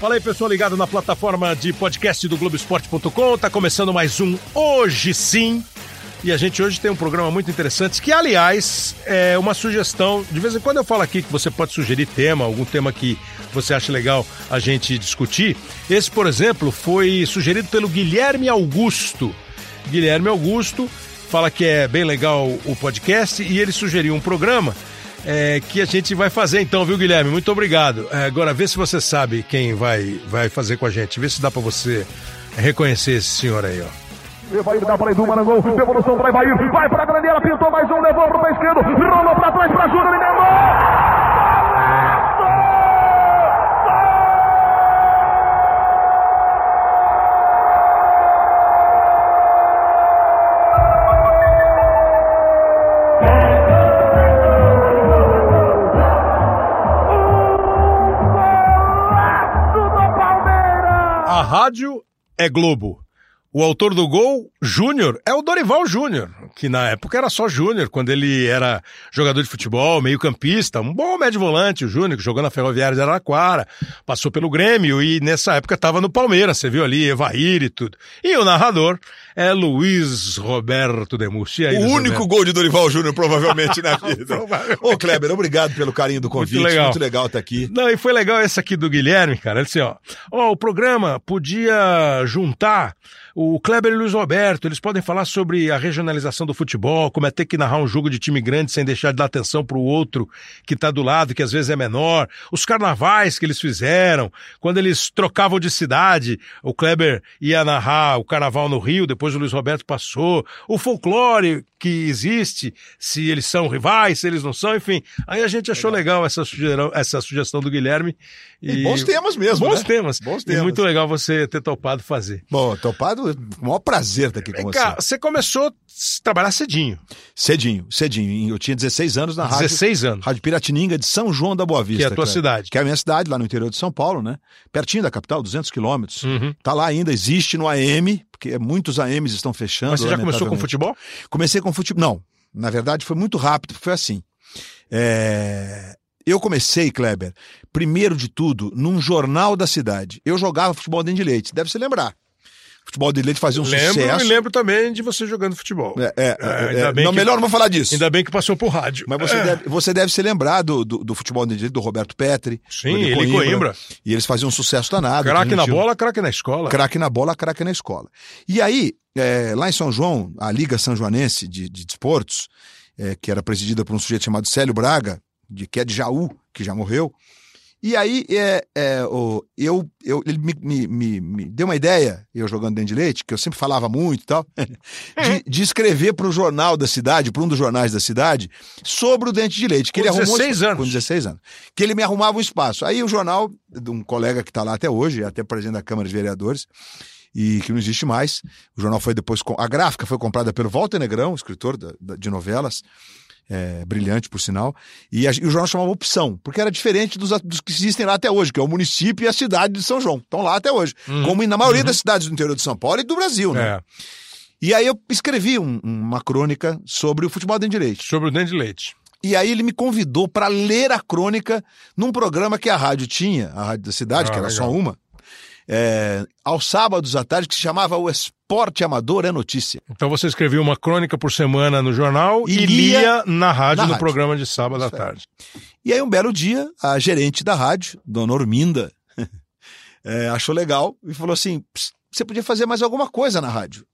Fala aí, pessoal ligado na plataforma de podcast do Globoesporte.com. Tá começando mais um Hoje Sim. E a gente hoje tem um programa muito interessante, que, aliás, é uma sugestão. De vez em quando eu falo aqui que você pode sugerir tema, algum tema que você acha legal a gente discutir. Esse, por exemplo, foi sugerido pelo Guilherme Augusto. Guilherme Augusto fala que é bem legal o podcast e ele sugeriu um programa é, que a gente vai fazer então, viu, Guilherme? Muito obrigado. É, agora, vê se você sabe quem vai, vai fazer com a gente. Vê se dá para você reconhecer esse senhor aí, ó. Evair dá para Edu Marangol, evolução para Evair, vai para a grandela, pintou mais um, levou para o pé esquerdo, rolou para trás para Júnior, ele levou! A rádio é Globo. O autor do gol, Júnior, é o Dorival Júnior, que na época era só Júnior, quando ele era jogador de futebol, meio-campista, um bom médio volante, o Júnior, que jogou na Ferroviária de Araraquara, passou pelo Grêmio e nessa época estava no Palmeiras, você viu ali, Evair e tudo. E o narrador é Luiz Roberto Demucci. O único gol de Dorival Júnior, provavelmente, na vida. Ô, Kleber, obrigado pelo carinho do convite. Muito legal. Muito legal estar aqui. Não, e foi legal esse aqui do Guilherme, cara. Ele disse, ó, ó, o programa podia juntar o Kleber e o Luiz Roberto, eles podem falar sobre a regionalização do futebol, como é ter que narrar um jogo de time grande sem deixar de dar atenção pro outro que tá do lado, que às vezes é menor, os carnavais que eles fizeram, quando eles trocavam de cidade, o Kleber ia narrar o carnaval no Rio, depois o Luiz Roberto passou, o folclore que existe, se eles são rivais, se eles não são, enfim. Aí a gente achou legal, essa, sugestão, essa sugestão do Guilherme. E bons temas mesmo, Bons né? temas. Bons E temas. muito legal você ter topado fazer. Bom, topado, o maior prazer estar aqui com Vem você. cá, você começou a trabalhar cedinho. Cedinho, cedinho. Eu tinha 16 anos na rádio. 16 anos. Rádio Piratininga de São João da Boa Que Vista. é a tua Kleber. cidade. Que é a minha cidade, lá no interior de São Paulo, né? Pertinho da capital, 200 quilômetros. Uhum. Tá lá ainda, existe no AM, porque muitos AMs estão fechando. Mas você já começou com lamentavelmente. futebol? Comecei com futebol. Não, na verdade foi muito rápido, foi assim. É, Eu comecei, Kleber, primeiro de tudo, num jornal da cidade. Eu jogava futebol dentro de leite, deve se lembrar. Futebol de leite fazia um lembro sucesso. e lembro também de você jogando futebol. É, é, É, é, ainda é, bem não, que- melhor não vou falar disso. Ainda bem que passou por rádio. Mas você, É. deve, você deve se lembrar do, do, do futebol dentro de leite, do Roberto Petri. Sim, do Eli ele em Coimbra. E eles faziam um sucesso danado. Craque Tinha- um na tinha- bola, craque na escola. Craque na bola, craque na escola. E aí, é, lá em São João, a Liga São Joanense de, de Desportos, é, que era presidida por um sujeito chamado Célio Braga, de, que é de Jaú, que já morreu. E aí, é, é, o- eu, eu- ele me, me- me- me deu uma ideia, eu jogando dentro de leite, que eu sempre falava muito e tal, de, de escrever para o jornal da cidade, para um dos jornais da cidade, sobre o dente de leite. Que Com ele arrumou um 16 espa- anos. Com 16 anos. Que ele me arrumava um espaço. Aí o jornal, de um colega que está lá até hoje, é até presidente da Câmara de Vereadores, e que não existe mais. O jornal foi depois. com- A gráfica foi comprada pelo Walter Negrão, escritor da- da- de novelas, é, brilhante, por sinal. E, a- e o jornal chamava Opção, porque era diferente dos, a- dos que existem lá até hoje, que é o município e a cidade de São João. Estão lá até hoje. Como na maioria das cidades do interior de São Paulo e do Brasil, né? É, E aí eu escrevi um- uma crônica sobre o futebol dentro de leite. sobre o Dente de Leite. E aí ele me convidou para ler a crônica num programa que a rádio tinha, a rádio da cidade, Ah, que era legal. só uma, é, aos sábados à tarde, que se chamava O Esporte Amador é Notícia. Então você escrevia uma crônica por semana no jornal e, E lia, lia na rádio na no rádio. programa de sábado à Isso é aí. tarde. E aí, um belo dia, a gerente da rádio, Dona Orminda, eh, achou legal e falou assim: "Ps, você podia fazer mais alguma coisa na rádio.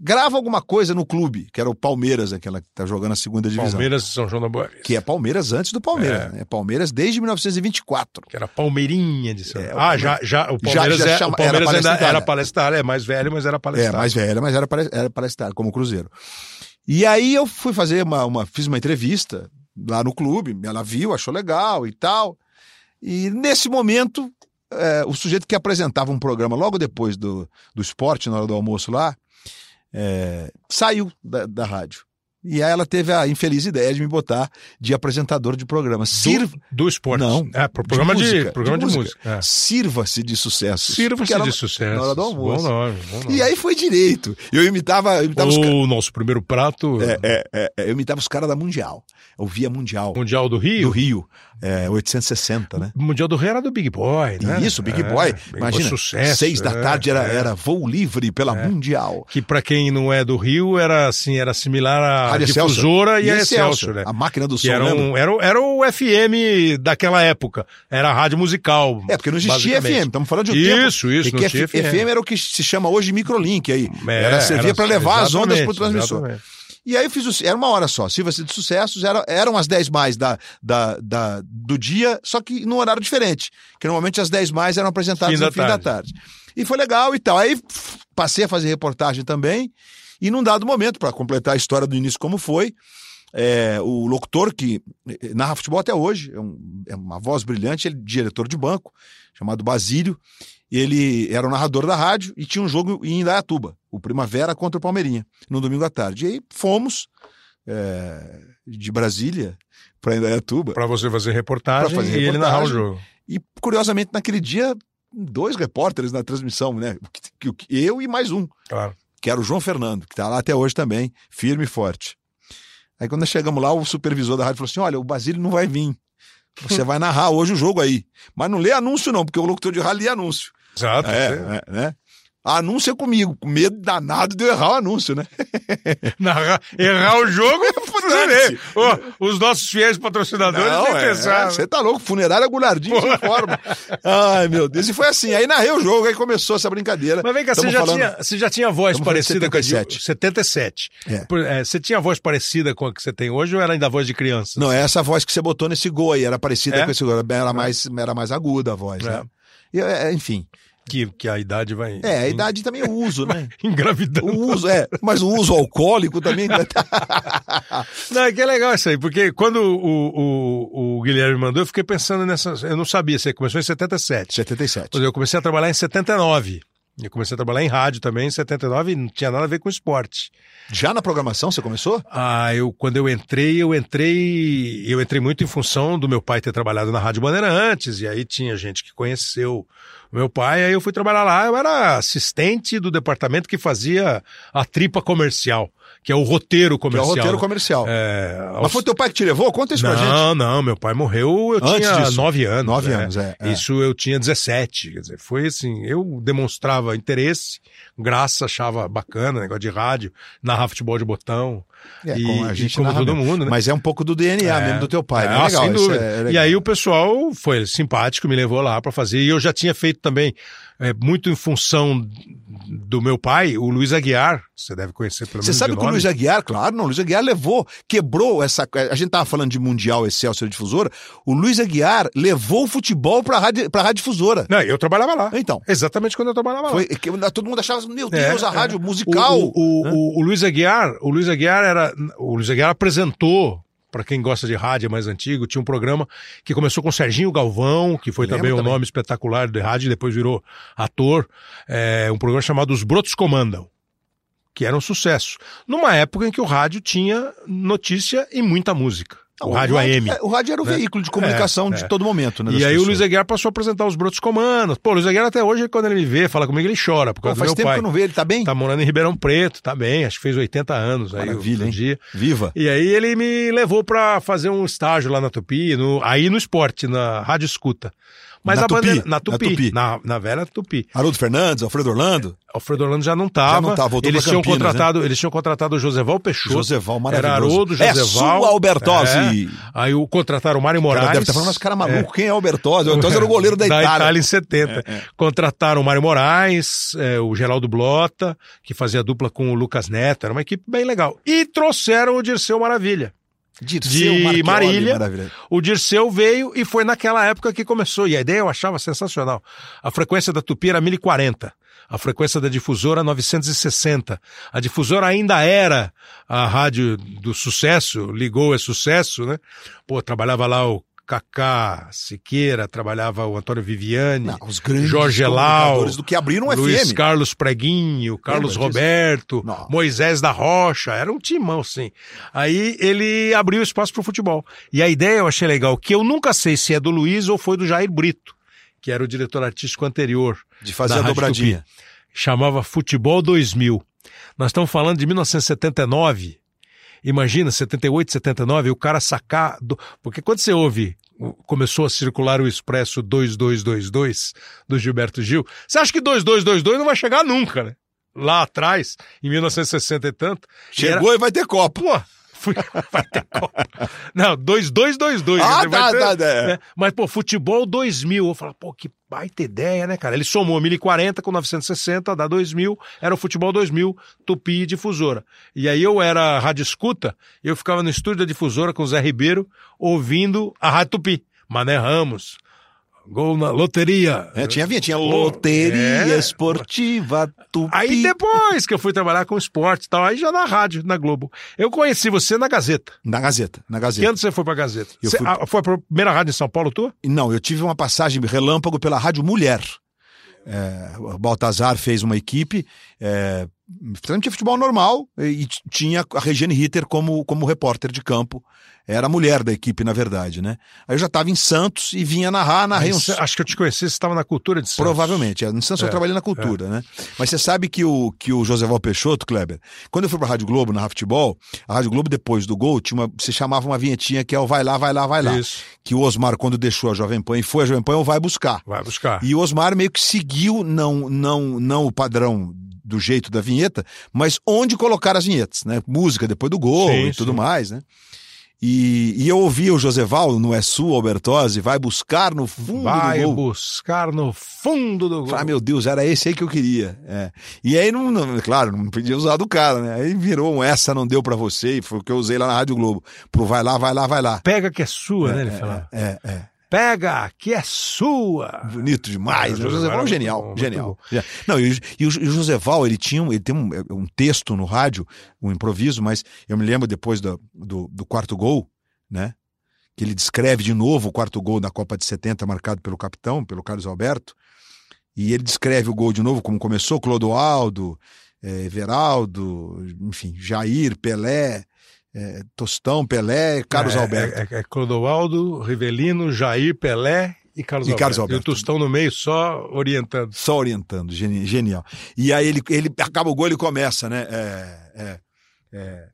Grava alguma coisa no clube, que era o Palmeiras, aquela que tá jogando a segunda divisão. Palmeiras e São João da Boa Vista. Que é Palmeiras antes do Palmeiras. né? É Palmeiras desde 1924. Que era Palmeirinha de São É, João. o Ah, Palmeiras- já, já, o Já- Palmeiras, já é- chama- o Palmeiras era ainda Palestra era Itália. palestrário, é mais velho, mas era É, palestrário. mais velha, mas era para era para estar, como o Cruzeiro. E aí eu fui fazer uma, uma- fiz uma entrevista lá no clube, ela viu, achou legal e tal. E nesse momento, é, o sujeito que apresentava um programa logo depois do, do esporte, na hora do almoço lá, é, saiu da, da rádio. E aí ela teve a infeliz ideia de me botar de apresentador de programa. Sirva. Do esporte. Não. É, pro programa de, música, programa de música. É. Sirva-se de sucesso. Sirva-se de sucesso. Na hora do almoço. Bom nome, bom nome. E aí foi direito. Eu imitava, eu imitava os ca- o nosso primeiro prato, é, é, é, é, eu imitava os caras da Mundial. Eu via Mundial. Mundial do Do Rio. Rio. É, 860, né? O Mundial do Rio era do Big Boy, né? E Isso, Big É, Boy. Big Imagina, sucesso, seis da é, tarde era, é. era voo livre pela Mundial. Que pra quem não é do Rio, era assim, era similar à Rádio Excelsior. Difusora e a Excelsior, Excelsior, né? A máquina do Que som, era, lembra? um, era, o- era o FM daquela época. Era a rádio musical. É, porque não existia basicamente. FM, estamos falando de um tempo. Isso, isso, E não que tinha F- FM. era o que se chama hoje microlink aí. É, era, servia para levar as ondas para o exatamente, transmissor. exatamente. E aí eu fiz o, era uma hora só, Silva-se de Sucessos, era, eram as 10 mais da, da, da- do dia, só que num horário diferente, que normalmente as 10 mais eram apresentadas Fim da no fim da tarde. E foi legal e tal. Aí f- passei a fazer reportagem também, e num dado momento, para completar a história do início como foi, é, o locutor que eh, narra futebol até hoje, é, um- é uma voz brilhante, ele diretor de banco, chamado Basílio, ele era o narrador da rádio e tinha um jogo em Indaiatuba, o Primavera contra o Palmeirinha, no domingo à tarde. E aí fomos eh, de Brasília para Indaiatuba Pra você fazer reportagem Pra fazer e ele narrar o reportagem. jogo. e, curiosamente, naquele dia, dois repórteres na transmissão, né? Que- que- Eu e mais um Claro. que era o João Fernando, que está lá até hoje também, firme e forte. Aí quando nós chegamos lá, o supervisor da rádio falou assim: olha, o Basílio não vai vir. Você vai narrar hoje o jogo aí. Mas não lê anúncio, não, porque o locutor de rádio lê anúncio. Exato. você É, é, né? Anúncio é comigo, com medo danado de eu errar o anúncio, né? narrar- errar o jogo, fuderei. Ô, os nossos fiéis patrocinadores Não, nem é, pensaram. Você tá louco, funerária Gulardinho sem forma. Ai, meu Deus. E foi assim. Aí narrei o jogo, aí começou essa brincadeira. Mas vem cá, você tá Tamo já, falando- tinha, você já tinha voz Tamo falando de parecida com a de 77. 77. É. Por- é, você tinha voz parecida com a que você tem hoje ou era ainda a voz de criança? Não, é essa voz que você botou nesse gol aí, era parecida É? com esse gol, era mais, era mais aguda a voz, É. né? E, é, enfim. Que, que a idade vai. É, a idade também o uso, né? Engravidando. O uso, é, mas o uso alcoólico também. tá. Não, é que é legal isso aí, porque quando o, o- o Guilherme mandou, eu fiquei pensando nessas. Eu não sabia, você começou em 77. Quer 77. dizer, Eu comecei a trabalhar em 79. Eu comecei a trabalhar em rádio também em 79 e não tinha nada a ver com esporte. Já na programação você começou? Ah, eu quando eu entrei, eu entrei, eu entrei muito em função do meu pai ter trabalhado na Rádio Bandeirantes, e aí tinha gente que conheceu o meu pai, aí eu fui trabalhar lá, eu era assistente do departamento que fazia a tripa comercial, que é o roteiro Que é o comercial. roteiro né? comercial. É, aos- Mas foi teu pai que te levou? Conta isso pra gente. não, não, meu pai morreu, eu Antes tinha disso. nove anos. Nove né? anos, é, é. Isso eu tinha 17. Quer dizer, foi assim, eu demonstrava interesse, graça, achava bacana, negócio de rádio, narrar futebol de botão. É, e, como a e gente como narra todo mesmo. mundo, né? Mas é um pouco do DNA É. mesmo do teu pai. É, né? ah, legal, sem isso dúvida. é legal. E aí o pessoal foi simpático, me levou lá para fazer. E eu já tinha feito também, é, muito em função do meu pai, o Luiz Aguiar, você deve conhecer pelo menos Você sabe de que o nome. Luiz Aguiar, claro, não, o Luiz Aguiar levou, quebrou essa. A gente tava falando de Mundial Excelsior e Difusora. O Luiz Aguiar levou o futebol pra rádio, pra rádio difusora. Não, eu trabalhava lá. Então. Exatamente quando eu trabalhava lá. Foi, que todo mundo achava, meu É, Deus, a é. rádio musical. Né? O, o, o- o Luiz Aguiar, o Luiz Aguiar era, o Luiz Aguiar apresentou para quem gosta de rádio é mais antigo, tinha um programa que começou com Serginho Galvão, que foi Lembro também um também. nome espetacular de rádio, e depois virou ator, é, um programa chamado Os Brotos Comandam, que era um sucesso. Numa época em que o rádio tinha notícia e muita música. Não, o rádio AM. é, O rádio era o né? veículo de comunicação É, de é. todo momento, né? E das aí o pessoas. Luiz Aguiar passou a apresentar os Brotos Comandos. Pô, o Luiz Aguiar até hoje, quando ele me vê, fala comigo, ele chora, por Pô, causa do faz meu tempo pai. que eu não vejo ele, tá bem? Tá morando em Ribeirão Preto, tá bem, acho que fez 80 anos aí Maravilha, outro hein? dia. Viva. E aí ele me levou pra fazer um estágio lá na Tupi, no- aí no esporte, na Rádio Escuta. Mas Na a Tupi? bandeira na Na Tupi, na, Tupi. Na, velha Tupi. Haroldo Fernandes, Alfredo Orlando, Alfredo Orlando já não tava. Já não tava, voltou eles pra tinham Campinas, né? contratado, eles tinham contratado o Joseval Peixoto. Joseval, maravilhoso. Era Haroldo, É Joseval. sua, Albertozzi. É. Aí o contrataram o Mário O Moraes. cara deve estar falando, mas cara maluco, quem é Albertozzi? O Albertozzi era o goleiro da, Itália. É, em 70. Contrataram o Mário Moraes, eh, o Geraldo Blota, que fazia dupla com o Lucas Neto, era uma equipe bem legal. E trouxeram o Dirceu Maravilha. Dirceu de Marchioli, Marília. maravilha. O Dirceu veio e foi naquela época que começou. E a ideia eu achava sensacional. A frequência da Tupi era 1040. A frequência da difusora 960. A difusora ainda era a rádio do sucesso, ligou é sucesso, né? Pô, trabalhava lá o Kaká, Siqueira, trabalhava o Antônio Viviani, Não, os grandes Jorge Elau, comunicadores do que abriram o um Luiz FM. Carlos Preguinho, Carlos disso? Roberto, Não. Moisés da Rocha, era um timão, sim. Aí ele abriu espaço para o futebol. E a ideia eu achei legal, que eu nunca sei se é do Luiz ou foi do Jair Brito, que era o diretor artístico anterior. De fazer da a Rádio dobradinha. Tupi. Chamava Futebol 2000. Nós estamos falando de 1979. Imagina, 78, 79, o cara sacar. do- Porque quando você ouve, o- começou a circular o Expresso 2222 do Gilberto Gil, você acha que 2222 não vai chegar nunca, né? Lá atrás, em 1960 e tanto. e era- Chegou e vai ter Copa. Pô, fui, vai ter Copa. Não, 2222. Ah, né? Vai tá, ter- tá, tá. né? Mas, pô, futebol 2000. Eu falo, pô, que baita ideia, né, cara? Ele somou 1040 com 960, dá 2000. Era o futebol 2000, tupi e difusora. E aí eu era rádio escuta, eu ficava no estúdio da difusora com o Zé Ribeiro, ouvindo a Rádio Tupi. Mané Ramos. Gol na loteria. É, tinha vinha, tinha Pô, loteria é. esportiva Tupi. Aí depois que eu fui trabalhar com esporte e tal, aí já na rádio, na Globo. Eu conheci você na Gazeta. Na Gazeta, na Que Gazeta. ano você foi pra Gazeta? Eu Você- fui- ah, foi a primeira rádio em São Paulo, tua? Não, eu tive uma passagem relâmpago pela Rádio Mulher. É, o Baltazar fez uma equipe, é, portanto, tinha futebol normal e, e t- tinha a Regiane Ritter como, como repórter de campo. Era a mulher da equipe, na verdade, né? Aí eu já estava em Santos e vinha narrar, narrei um Aí uns... você- Acho que eu te conheci, você estava na cultura de Santos. Ah, Provavelmente. é, No Santos eu É, trabalhei na cultura, né? Mas você sabe que o, que o José Val Peixoto, Kleber, quando eu fui pra Rádio Globo narrar futebol, a Rádio Globo, depois do gol, tinha uma, se chamava uma vinhetinha que é o vai lá, vai lá, vai lá. Isso. Que o Osmar, quando deixou a Jovem Pan e foi a Jovem Pan, é o vai buscar. Vai buscar. E o Osmar meio que seguiu, não, não, não o padrão do jeito da vinheta, mas onde colocar as vinhetas, né? Música depois do gol Sim, e tudo sim. mais, né? E, e eu ouvia o Joseval no É Sua, Albertose, vai buscar no fundo Vai do gol. buscar no fundo do gol. Falei, ah, meu Deus, era esse aí que eu queria. é. E aí, não, não- claro, não podia usar do cara, né? Aí virou um essa não deu pra você, e foi o que eu usei lá na Rádio Globo. Pro vai lá, vai lá, vai lá. Pega que é sua, né? Ele falava. É, é. Pega que é sua. Bonito Ah, demais. né? o Joseval O Joseval é um era genial, muito bom, muito genial. Já- Não, e, o- e o, e o Joseval, ele tinha um, ele tem um, um texto no rádio, um improviso, mas eu me lembro depois do, do, do quarto gol, né? Que ele descreve de novo o quarto gol da Copa de 70, marcado pelo capitão, pelo Carlos Alberto. E ele descreve o gol de novo, como começou, Clodoaldo, eh, Everaldo, enfim, Jair, Pelé, eh, Tostão, Pelé, Carlos É, Alberto. É, é Clodoaldo, Rivelino, Jair, Pelé e Carlos E Alberto. Carlos E o Alberto. Tostão no meio só orientando. Só orientando, geni- genial. E aí ele, ele acaba o gol, ele começa, né? É, é, é.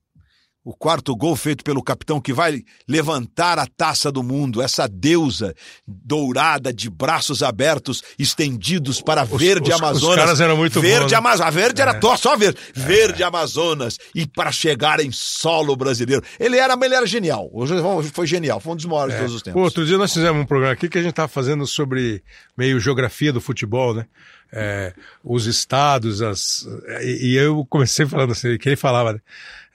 O quarto gol feito pelo capitão que vai levantar a taça do mundo, essa deusa dourada de braços abertos, estendidos para a Os- verde os- Amazonas. Os caras eram muito bons. Verde né? É. Amazonas, a verde era tó- só verde. Verde Amazonas e para chegar em solo brasileiro. Ele era, ele era genial. O José Val foi genial, foi um dos maiores de todos os É. Pô, tempos. outro dia nós fizemos um programa aqui que a gente estava fazendo sobre meio geografia do futebol, né? É, os estados, as, é, e, e eu comecei falando assim, que ele falava né?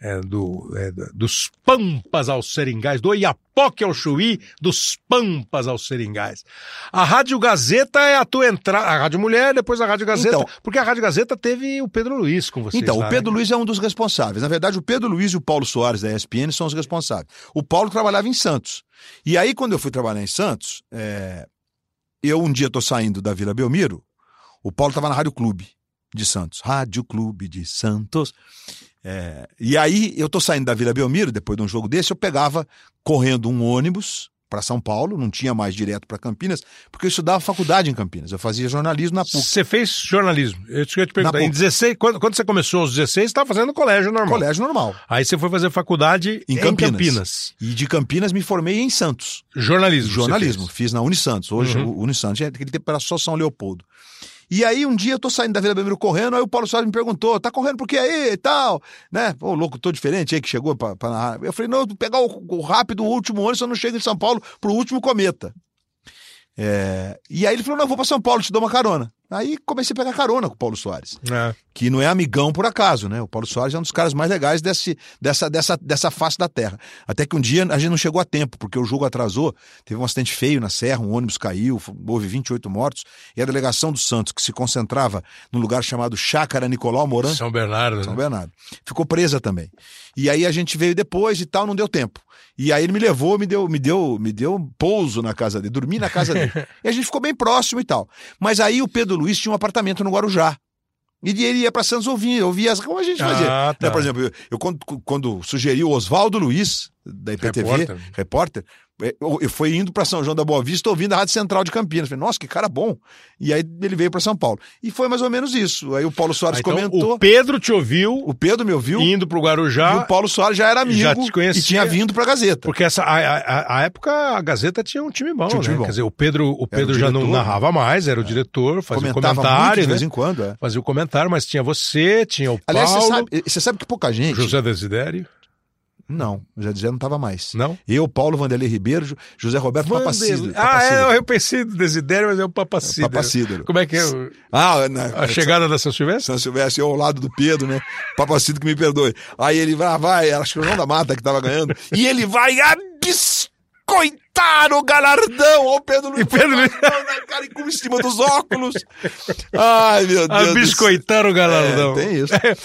É, do, é, do- dos Pampas aos Seringais, do Iapoque ao Chuí, dos Pampas aos Seringais. A Rádio Gazeta é a tua entrada, a Rádio Mulher, depois a Rádio Gazeta, Então- porque a Rádio Gazeta teve o Pedro Luiz com né? você. Então, o Pedro Luiz é um dos responsáveis. Na verdade, o Pedro Luiz e o Paulo Soares da ESPN são os responsáveis. O Paulo trabalhava em Santos. E aí, quando eu fui trabalhar em Santos, é, eu um dia estou saindo da Vila Belmiro, o Paulo estava na Rádio Clube de Santos. Rádio Clube de Santos. É, e aí, eu estou saindo da Vila Belmiro, depois de um jogo desse, eu pegava correndo um ônibus para São Paulo, não tinha mais direto para Campinas, porque eu estudava faculdade em Campinas. Eu fazia jornalismo na PUC. Você fez jornalismo. Eu te, eu te perguntar, Na em PUC. 16, quando, quando você começou aos 16, estava fazendo colégio normal. Colégio normal. Aí você foi fazer faculdade em Em Campinas. Campinas. E de Campinas me formei em Santos. Jornalismo. Jornalismo, você fiz na Unisantos. Hoje Uhum. o Unisantos, é aquele tempo era só São Leopoldo. E aí um dia eu tô saindo da Vila Belmiro correndo, aí o Paulo Soares me perguntou, tá correndo por que aí e tal? Né? Pô, louco, tô diferente aí que chegou pra, pra narrar. Eu falei, não, eu vou pegar o, o rápido, o último ônibus, eu não chego em São Paulo pro último cometa. É, E aí ele falou, não, eu vou pra São Paulo, te dou uma carona. Aí comecei a pegar carona com o Paulo Soares, É. que não é amigão por acaso, né? O Paulo Soares é um dos caras mais legais desse, dessa, dessa, dessa face da terra. Até que um dia a gente não chegou a tempo, porque o jogo atrasou, teve um acidente feio na serra, um ônibus caiu, f- houve 28 mortos, e a delegação do Santos, que se concentrava num lugar chamado Chácara Nicolau Moran, São Bernardo. São né? Bernardo. Ficou presa também. E aí a gente veio depois e tal, não deu tempo. E aí ele me levou, me deu, me deu, me deu um pouso na casa dele, dormi na casa dele. e a gente ficou bem próximo e tal. Mas aí o Pedro Luiz tinha um apartamento no Guarujá. E ele ia para Santos ouvir, ouvia as como a gente fazia. Ah, tá. Né, Por exemplo, eu, eu quando, quando sugeri o Oswaldo Luiz, da IPTV, Repórter. repórter, eh, eu, eu fui indo para São João da Boa Vista ouvindo a Rádio Central de Campinas. Falei, nossa, que cara bom. E aí ele veio para São Paulo. E foi mais ou menos isso. Aí o Paulo Soares Ah, então, comentou. o Pedro te ouviu O Pedro me ouviu indo pro e Guarujá. o Paulo Soares já era amigo já te conhecia. e tinha vindo pra Gazeta. Porque essa, a, a- a época a Gazeta tinha um time bom, Tinha um né? time bom. Quer dizer, o Pedro, o Pedro o já não diretor, É. narrava mais, era o diretor, fazia o Comentava muito comentário, de vez né? em quando. é. Fazia o comentário, mas tinha você, tinha o Aliás, Paulo, você sabe, você sabe que pouca gente. José Desidério. Não, já dizia não tava mais. Não? Eu, Paulo, Vanderlei Ribeiro, Ju- José Roberto Papacídero. Vander- Ah, é, eu pensei do Desidério, mas é o Papacídero. Papacídero. Como é que é? o- Ah, na, A chegada da São Silvestre? São Silvestre, eu ao lado do Pedro, né? Papacito que me perdoe. Aí ele vai, ah, vai, acho que o João da Mata que tava ganhando. E ele vai abiscoitar o galardão. Ó, o Pedro Luiz. E Pedro Luiz- Não, na cara e com em cima dos óculos. Ai, meu Deus. A do biscoitar o galardão. É, tem isso. É,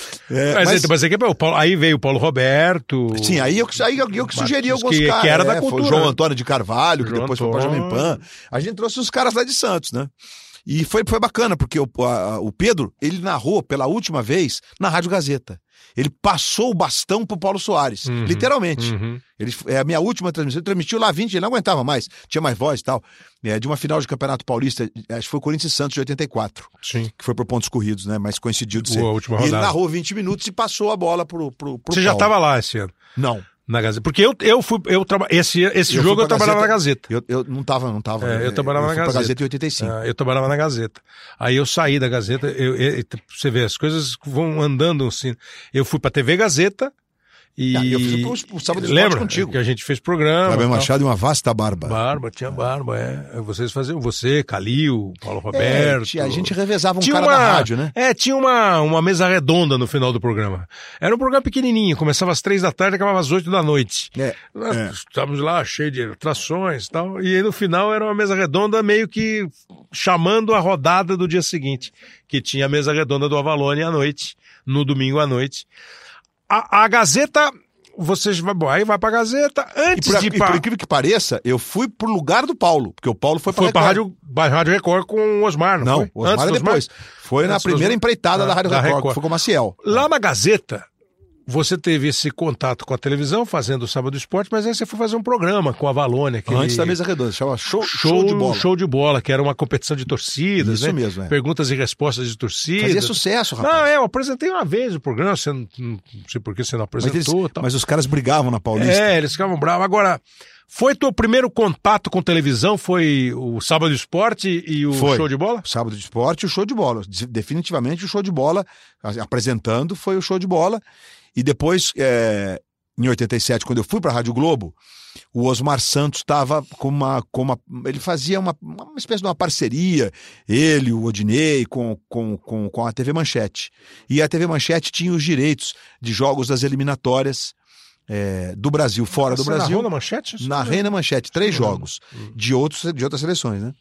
mas, mas- mas... é que o Paulo- aí veio o Paulo Roberto. céu. Sim, aí eu, aí eu, eu que sugeri Martins, alguns que- caras. que era da foi o cultura, João né? Antônio de Carvalho, que João depois foi pra Antônio. Jovem Pan. A gente trouxe os caras lá de Santos, né? E foi, foi bacana, porque o, a- a- o Pedro, ele narrou pela última vez na Rádio Gazeta. Ele passou o bastão pro Paulo Soares, Uhum. literalmente. Uhum. Ele, é a minha última transmissão. Ele transmitiu lá 20, ele não aguentava mais, tinha mais voz e tal. É, de uma final de Campeonato Paulista, acho que foi Corinthians e Santos de 84, Sim. que foi por pontos corridos, né? Mas coincidiu de ser. Boa, a última E ele rodada. narrou 20 minutos e passou a bola pro, pro, pro Você já Paulo. estava lá esse ano, Não. na Gazeta. Porque eu, eu fui. Eu traba... Esse, esse Eu jogo fui eu pra trabalhava na Gazeta. Gazeta. Eu, eu não tava, não tava. É, eu trabalhava na fui pra Gazeta. em 85. Ah, eu trabalhava na Gazeta. Aí eu saí da Gazeta, eu, eu- eu- você vê, as coisas vão andando assim. Eu fui pra TV Gazeta e. Ah, eu fiz o- o Sábado de Esporte Lembra contigo. Que a gente fez programa. Gabriel tal. Machado e uma vasta barba. Barba, tinha barba, é. Vocês faziam, você, Calil, Paulo É, Roberto. a gente revezava um Tinha cara uma, da rádio, né? É, tinha uma, uma mesa redonda no final do programa. Era um programa pequenininho, começava às três da tarde e acabava às oito da noite. É. Nós É. estávamos lá cheio de atrações e tal. E aí no final era uma mesa redonda meio que chamando a rodada do dia seguinte, que tinha a mesa redonda do Avalone à noite, no domingo à noite. A, a Gazeta, vocês vai, bom, aí vai pra Gazeta, E antes por, de e ir pra, por incrível que pareça, eu fui pro lugar do Paulo, porque o Paulo foi pra, foi pra Record. Rádio, pra Rádio Record com o Osmar, não, Não, foi? o Osmar Antes é do depois. Foi na Antes do primeira Osmar. empreitada Ah, da Rádio da Record, Record. que foi com o Maciel. Lá na Gazeta, você teve esse contato com a televisão, fazendo o Sábado Esporte, mas aí você foi fazer um programa com a Valônia. Aquele... Antes da mesa redonda, chama show, Show, show de bola. Show de bola, que era uma competição de torcidas, Isso né? mesmo, é. Perguntas e respostas de torcida. Fazia sucesso, rapaz. Não, é, eu apresentei uma vez o programa, você não, não sei por que você não mas, eles- apresentou. tal. mas os caras brigavam na Paulista. É, eles ficavam bravos. Agora, foi teu primeiro contato com televisão? Foi o Sábado Esporte e o Foi. Show de Bola? O Sábado de esporte e o show de bola. De- Definitivamente o show de bola, a- apresentando, foi o show de bola. E depois, é, em 87, quando eu fui para a Rádio Globo, o Osmar Santos estava com uma, com uma. Ele fazia uma, uma espécie de uma parceria, ele, o Odinei, com, com, com, com a TV Manchete. E a TV Manchete tinha os direitos de jogos das eliminatórias é, do Brasil, fora do Você narrou Brasil. na manchete? Na Reina Manchete, três Não. jogos de, outros, de outras seleções, né?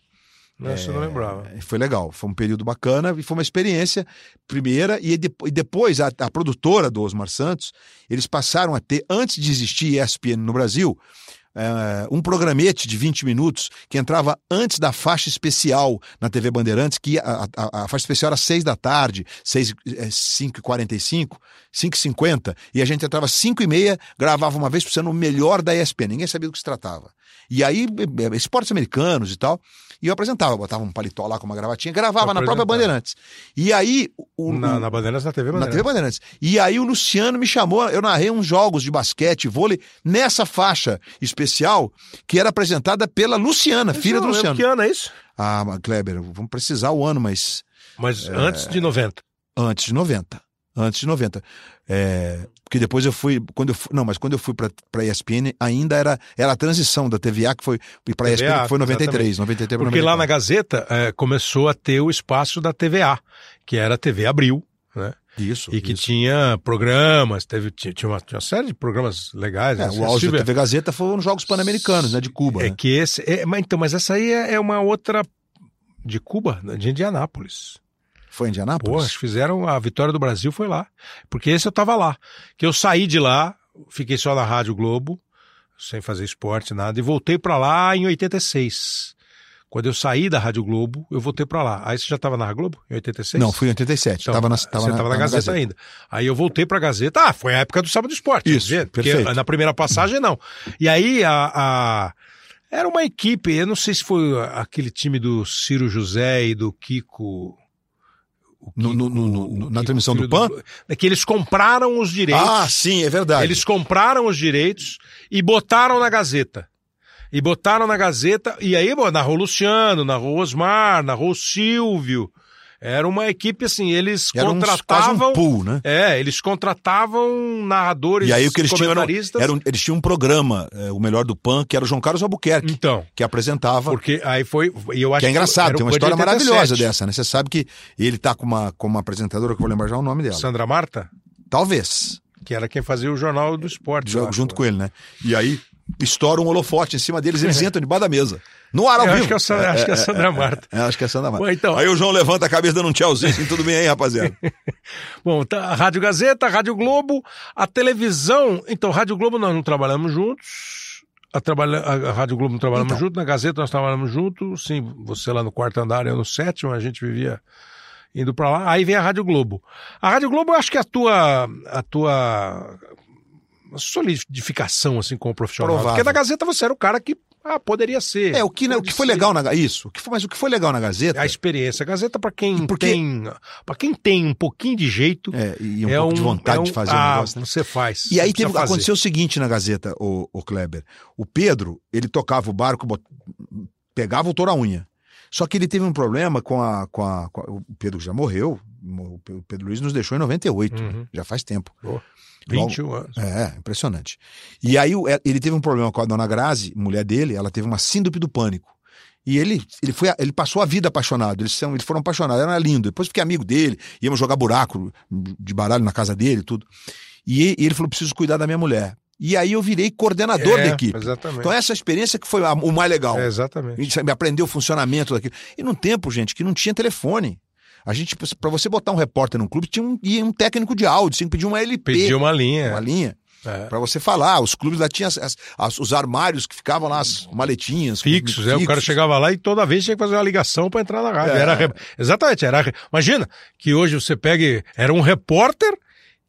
Não, você não lembrava. É, Foi legal, foi um período bacana e foi uma experiência primeira. E, de- e depois a, a produtora do Osmar Santos, eles passaram a ter, antes de existir ESPN no Brasil, é, um programete de 20 minutos que entrava antes da faixa especial na TV Bandeirantes, que a, a- a faixa especial era 6 da tarde, 6, é, 5 e 45, 5 e 50, e a gente entrava 5 e meia, gravava uma vez por semana o melhor da ESPN, ninguém sabia do que se tratava. E aí, é, é, esportes americanos e tal, e eu apresentava, botava um paletó lá com uma gravatinha, gravava na própria Apresentava. Bandeirantes. E aí, o, o- Na, na Bandeirantes, na TV na TV Bandeirantes. Bandeirantes. E aí o Luciano me chamou, eu narrei uns jogos de basquete, vôlei, nessa faixa especial que era apresentada pela Luciana, filha do Luciano. Que ano é isso? Ah, mas, Kleber, vamos precisar o ano, mas Mas antes de 90. antes de 90. antes de 90. É, porque depois eu fui, quando eu fui- não, mas quando eu fui para para ESPN, ainda era era a transição da TVA que foi para TVA, ESPN que foi 93, exatamente. 93 pra Porque lá na 94. Gazeta eh, começou a ter o espaço da TVA, que era a TV Abril, né? isso, E que isso. tinha programas, teve, tinha, tinha uma, tinha uma série de programas legais. É, né? o auge da Silvia- TV Gazeta foram os Jogos Pan-Americanos, né, de Cuba, É né? que esse. é, mas então, mas essa aí é é uma outra. De Cuba, né? de Indianápolis. Foi em Pô, Indianápolis. eles fizeram. A vitória do Brasil foi lá. Porque esse eu tava lá. Que eu saí de lá, fiquei só na Rádio Globo, sem fazer esporte, nada, e voltei pra lá em 86. Quando eu saí da Rádio Globo, eu voltei pra lá. Aí você já tava na Rádio Globo? Em 86? Não, fui em 87. Então, tava na, você tava tava na, Gazeta, ainda. Aí eu voltei pra Gazeta. Ah, foi a época do Sábado Esporte. Isso, quer dizer, perfeito. na primeira passagem, não. E aí a, a- Era uma equipe, eu não sei se foi aquele time do Ciro José e do Kiko. o No- Kiko- no- no- no- o na Kiko, transmissão do filho PAN? É que eles compraram os direitos. Ah, sim, é verdade. Eles compraram os direitos e botaram na Gazeta. E botaram na Gazeta, e aí bom, narrou o Luciano, narrou o Osmar, narrou o Silvio. Era uma equipe assim, eles Era um, quase contratavam. um pool, né? É, eles contratavam narradores, E aí o que eles tinham era, comentaristas. era um- eles tinham um programa, é, o melhor do PAN, que era o João Carlos Albuquerque, Então, que apresentava. porque aí foi. e Eu acho Que é engraçado, era um o tem Pan uma de história 87. maravilhosa dessa, né? Você sabe que ele tá com uma, com uma apresentadora, que eu vou lembrar já o nome dela. Sandra Marta, Talvez. que era quem fazia o jornal do esporte. jo- eu acho, junto né? com ele, né? E aí estoura um holofote em cima deles, eles entram debaixo da mesa. No ar ao É. Eu acho vivo. que é o Sandra- acho que é a Sandra Marta. É, acho que é a Sandra Marta. Bom, então. Aí o João levanta a cabeça dando um tchauzinho, assim, tudo bem aí, rapaziada? Bom, tá, a Rádio Gazeta, a Rádio Globo, a televisão. Então, Rádio Globo nós não trabalhamos juntos. A, trabalha, a a Rádio Globo não trabalhamos Então. juntos. Na Gazeta nós trabalhamos juntos. Sim, você lá no quarto andar, eu no sétimo. A gente vivia indo pra lá. Aí vem a Rádio Globo. A Rádio Globo, eu acho que é a tua. A tua solidificação assim como profissional. Provável. Porque na Gazeta você era o cara que ah, poderia ser. É, o que, né, o Pode que foi ser. legal na Ga- Isso, o que foi, mas o que foi legal na Gazeta. A experiência. A Gazeta, para quem, Porque- tem, pra quem tem um pouquinho de jeito, É, e um é pouco de um- vontade é um- de fazer ah, o negócio, né? Você faz. E aí você teve- precisa fazer. aconteceu o seguinte na Gazeta, o, o Kleber. O Pedro, ele tocava o barco, bot- pegava o touro à unha. Só que ele teve um problema com a, com a- com a- O Pedro já morreu. O Pe- o Pedro Luiz nos deixou em 98. Uhum. Já faz tempo. Boa. Logo- 21 anos. É, impressionante. E aí o- é, ele teve um problema com a dona Grazi, mulher dele, ela teve uma síndrome do pânico. E ele, ele, foi, a- ele passou a vida apaixonado, eles, são, eles foram apaixonados, era lindo. Depois fiquei amigo dele, íamos jogar buraco de baralho na casa dele e tudo. E, e ele falou: preciso cuidar da minha mulher. E aí eu virei coordenador É, da equipe. Exatamente. Então essa experiência que foi a- o mais legal. É, exatamente. A gente sabe, aprendeu o funcionamento daquilo. E num tempo, gente, que não tinha telefone. A gente, pra você botar um repórter num clube, tinha um, ia um técnico de áudio, tinha que pedir uma LP, Pediu uma linha. uma linha. é. Pra você falar, os clubes lá tinham as- as- as- os armários que ficavam lá, as maletinhas. Uhum. Fixos, é, o cara chegava lá e toda vez tinha que fazer uma ligação para entrar na rádio. É. Era re- Exatamente, era. re- Imagina que hoje você pegue. Era um repórter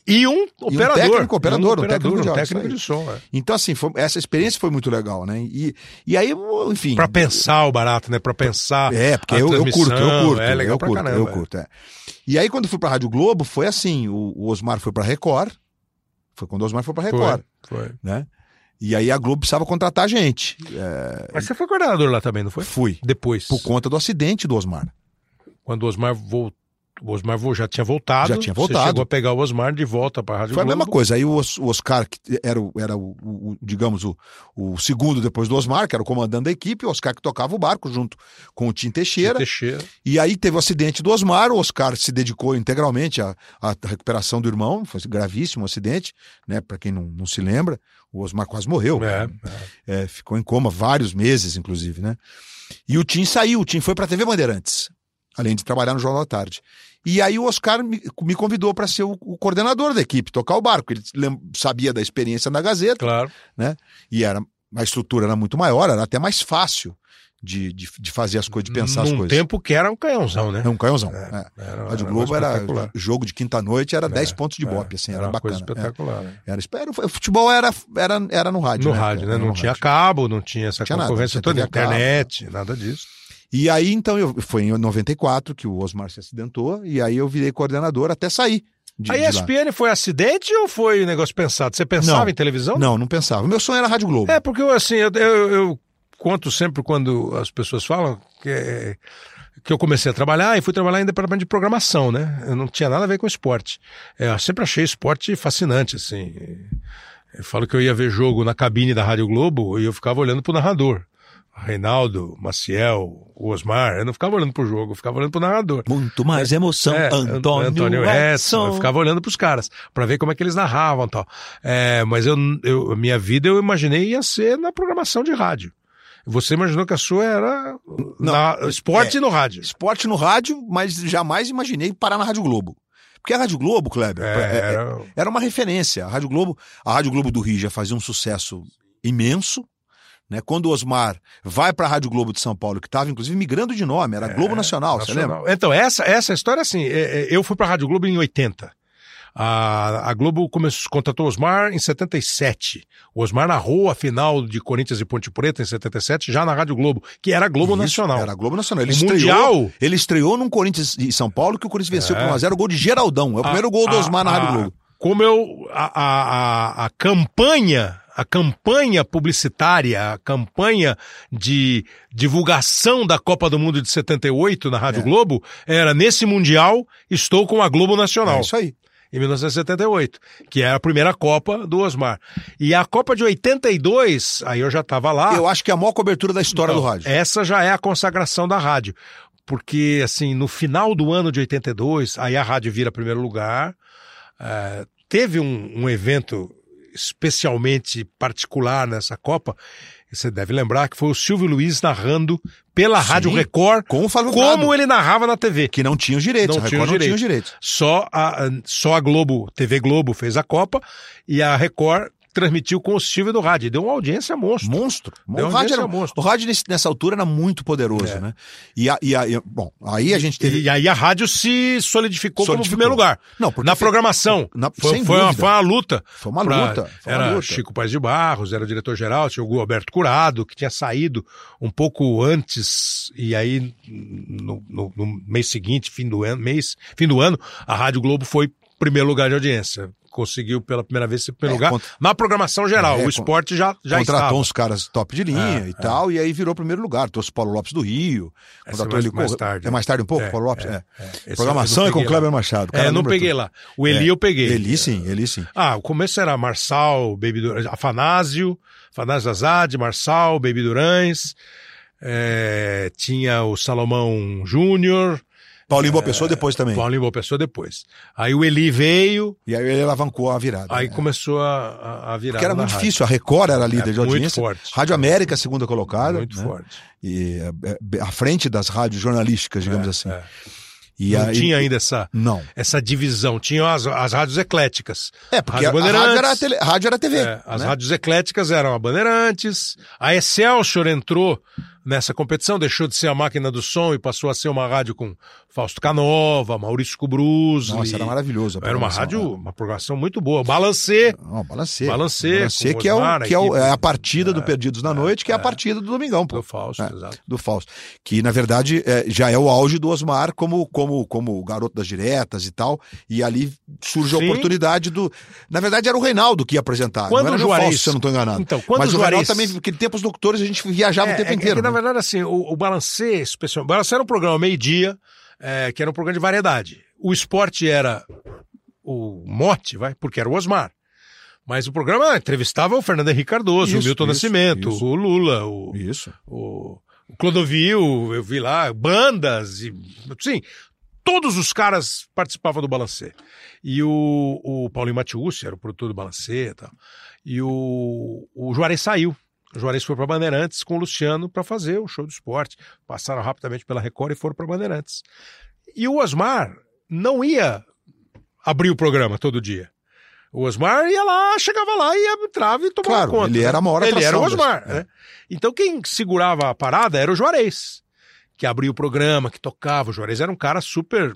e um operador. técnico, E operador, um técnico de um áudio, técnico isso aí. de som. É. Então, assim, foi- essa experiência foi muito legal, né? E, e aí, enfim. Para pensar o barato, né? Para pensar. É, porque a eu, eu transmissão, curto, eu curto. É legal eu pra curto, caramba. eu curto, é. E aí, quando eu fui pra Rádio Globo, foi assim: o, o Osmar foi pra Record. Foi quando o Osmar foi pra Record, Foi, foi. né? E aí a Globo precisava contratar gente. Mas você foi coordenador lá também, não foi? Fui. Depois. Por conta do acidente do Osmar. quando o Osmar voltou. O Osmar vo- já tinha voltado. Já tinha Você voltado. chegou a pegar o Osmar de volta para a Rádio Foi a Globo. mesma coisa. Aí o Os- o Oscar, que era, o, era o, o- o- digamos, o, o segundo depois do Osmar, que era o comandante da equipe, o Oscar que tocava o barco junto com o Tim Teixeira. Teixeira. E aí teve o acidente do Osmar, o Oscar se dedicou integralmente à, à recuperação do irmão, foi gravíssimo o acidente, né? Para quem não, não se lembra, o Osmar quase morreu. É, É, ficou em coma vários meses, inclusive, né? E o Tim saiu, o Tim foi para a TV Bandeirantes, além de trabalhar no Jornal da Tarde. E aí o Oscar me, me convidou para ser o, o coordenador da equipe, tocar o barco. Ele lem- sabia da experiência na Gazeta claro. e era a estrutura era muito maior, era até mais fácil de, de, de fazer as coisas, de pensar as Num coisas. tempo que era um canhãozão, né? É um canhãozão. É, é. Era, A Rádio um Globo negócio era espetacular. jogo de quinta-noite, era É, 10 pontos de é, bope, assim, era, uma bacana. coisa espetacular. né? É, era, era, o futebol era, era, era no rádio. No né? rádio, né? Era Não no tinha rádio. cabo, não tinha essa Tinha nada, concorrência tinha toda, TV a cabo. internet, nada disso. E aí, então, eu, foi em 94 que o Osmar se acidentou, e aí eu virei coordenador até sair. De, a de lá. ESPN foi acidente ou foi um negócio pensado? Você pensava Não. em televisão? Não, não pensava. Meu sonho era a Rádio Globo. É, porque eu, assim, eu, eu- eu conto sempre quando as pessoas falam que é, que eu comecei a trabalhar e fui trabalhar em departamento de programação, né? Eu não tinha nada a ver com esporte. É, eu sempre achei esporte fascinante, assim. Eu falo que eu ia ver jogo na cabine da Rádio Globo e eu ficava olhando pro narrador. Reinaldo, Maciel, Osmar, eu não ficava olhando pro jogo, eu ficava olhando pro narrador. Muito mais emoção, É, Antônio. Antônio Edson. Eu ficava olhando pros caras pra ver como é que eles narravam e tal. É, mas eu, eu, a minha vida eu imaginei ia ser na programação de rádio. Você imaginou que a sua era na, esporte é. no rádio. Esporte no rádio, mas jamais imaginei parar na Rádio Globo. Porque a Rádio Globo, Kleber, é- é- era- era uma referência. A Rádio Globo, a Rádio Globo do Rio já fazia um sucesso imenso. Né? Quando o Osmar vai para a Rádio Globo de São Paulo, que estava inclusive migrando de nome, É, era Globo Nacional, Ah, você lembra? Nacional. Então, essa, essa história, assim, é, é, eu fui pra Rádio Globo em 80. A, a Globo começou, contratou o Osmar em 77. O Osmar narrou a final de Corinthians e Ponte Preta em 77, já na Rádio Globo, que era a Globo Isso, Nacional. Era Globo Nacional. Ele O estreou, Mundial? ele estreou num Corinthians e São Paulo que o Corinthians venceu É. Ah, por 1x0, gol de Geraldão. É o primeiro gol do A- Osmar na a- Rádio Globo. Como eu. A, a, a, a campanha. A campanha publicitária, a campanha de divulgação da Copa do Mundo de 78 na Rádio É. Globo era nesse Mundial, estou com a Globo Nacional. É isso aí. em 1978, que era a primeira Copa do Osmar. E a Copa de 82, aí eu já estava lá. Eu acho que é a maior cobertura da história Então, do rádio. Essa já Ah. é a consagração da rádio. Porque, assim, no final do ano de 82, aí a rádio vira primeiro lugar. eh, teve um, um evento especialmente particular nessa Copa. Você deve lembrar que foi o Silvio Luiz narrando pela Sim, Rádio Record Com o Fábio Prado, como ele narrava na TV. que não tinha os direitos. Não a tinha os Record não tinha os direitos. Só a, só a Globo, TV Globo fez a Copa e a Record transmitiu com o Silvio do rádio. Deu uma audiência monstro. Monstro. Deu o uma rádio, audiência era, é monstro. É. o rádio nesse- nessa altura era muito poderoso, né? E, a, e, a, e- bom, aí a gente teve. E aí a rádio se solidificou, como Solidificou. primeiro lugar. Não, porque na fe- programação. na- foi, sem foi uma, dúvida. foi uma luta. Foi uma pra- luta. Foi uma era luta. Chico Paz de Barros, era o diretor-geral, tinha o Hugo Alberto Curado, que tinha saído um pouco antes, e aí no, no- no mês seguinte, fim do ano, mês, fim do ano, a Rádio Globo foi primeiro lugar de audiência. Conseguiu pela primeira vez ser primeiro É, lugar contra- na programação geral. É, o con- esporte já, já contratou um estava. uns caras top de linha É, e tal, e aí virou primeiro lugar. Trouxe o Paulo Lopes do Rio. Essa Contratou é mais- ele com- mais tarde, É mais tarde um pouco, É, Paulo Lopes? É. Esse Programação eu é não com peguei lá. Kleber Machado. É, o cara eu não lembra peguei tudo. lá. O Eli É, eu peguei. Ele sim, ele sim. Ah, o começo era Marçal, Baby Durães, Afanásio, Afanásio Azad, Marçal, Baby Durães, eh, tinha o Salomão Júnior, Paulinho Boa Pessoa depois também. Paulinho Boa Pessoa depois. Aí o Eli veio, E aí ele alavancou a virada. aí né? começou a, a- a virar Porque era muito difícil, a Record era líder É, de muito audiência. forte. Rádio América, segunda colocada. muito né? forte. E é, é, à frente das rádios jornalísticas, digamos assim. é. E Não aí- Hum. tinha ainda essa, Não. essa divisão, tinham as, as rádios ecléticas. É, porque a, a rádio, Bandeirantes. era a tele- a rádio era a TV. É, as né? rádios ecléticas eram a Bandeirantes, a Excelsior entrou nessa competição, deixou de ser a máquina do som e passou a ser uma rádio com Fausto Canova, Maurício Cubruzzi. Nossa, era maravilhoso. a Era uma programação, rádio, né? É. uma programação muito boa. Balancê, Não, balancê. Balancê, com o que, é, Osmar, o, a que é, o- equipe. é a partida do Perdidos na Noite, que é, a partida do Domingão, pô. do Fausto, É. exato. do Fausto, que na verdade é, já é o auge do Osmar como como como o garoto das diretas e tal, e ali surge Sim. a oportunidade do, na verdade era o Reinaldo que ia apresentar, Quando não era o nem o Juarez- Fausto, se eu não estou enganado. Então, quando Mas o o Reinaldo Juarez- É, também, porque tempo os locutores a gente viajava o tempo inteiro. que, na né? verdade, assim, o, o Balancê, especialmente, o Balancê era um programa meio-dia, é, que era um programa de variedade. O esporte era o mote, vai, porque era o Osmar. Mas o programa ah, entrevistava o Fernando Henrique Cardoso, o Isso, Milton isso, Nascimento, isso. o Lula, o, Isso. o, o Clodovil, eu vi lá, bandas, e, sim, todos os caras participavam do Balancê. E o, o Paulinho Matiusi era o produtor do Balancê e tal. E o, o Juarez saiu. O Juarez foi para Bandeirantes com o Luciano para fazer o show do esporte. Passaram rapidamente pela Record e foram para Bandeirantes. E o Osmar não ia abrir o programa todo dia. O Osmar ia lá, chegava lá e entrava e tomava Claro, conta. ele né? era a maior Ele atração era o das- Osmar, é. né? Então quem segurava a parada era o Juarez, que abria o programa, que tocava. O Juarez era um cara super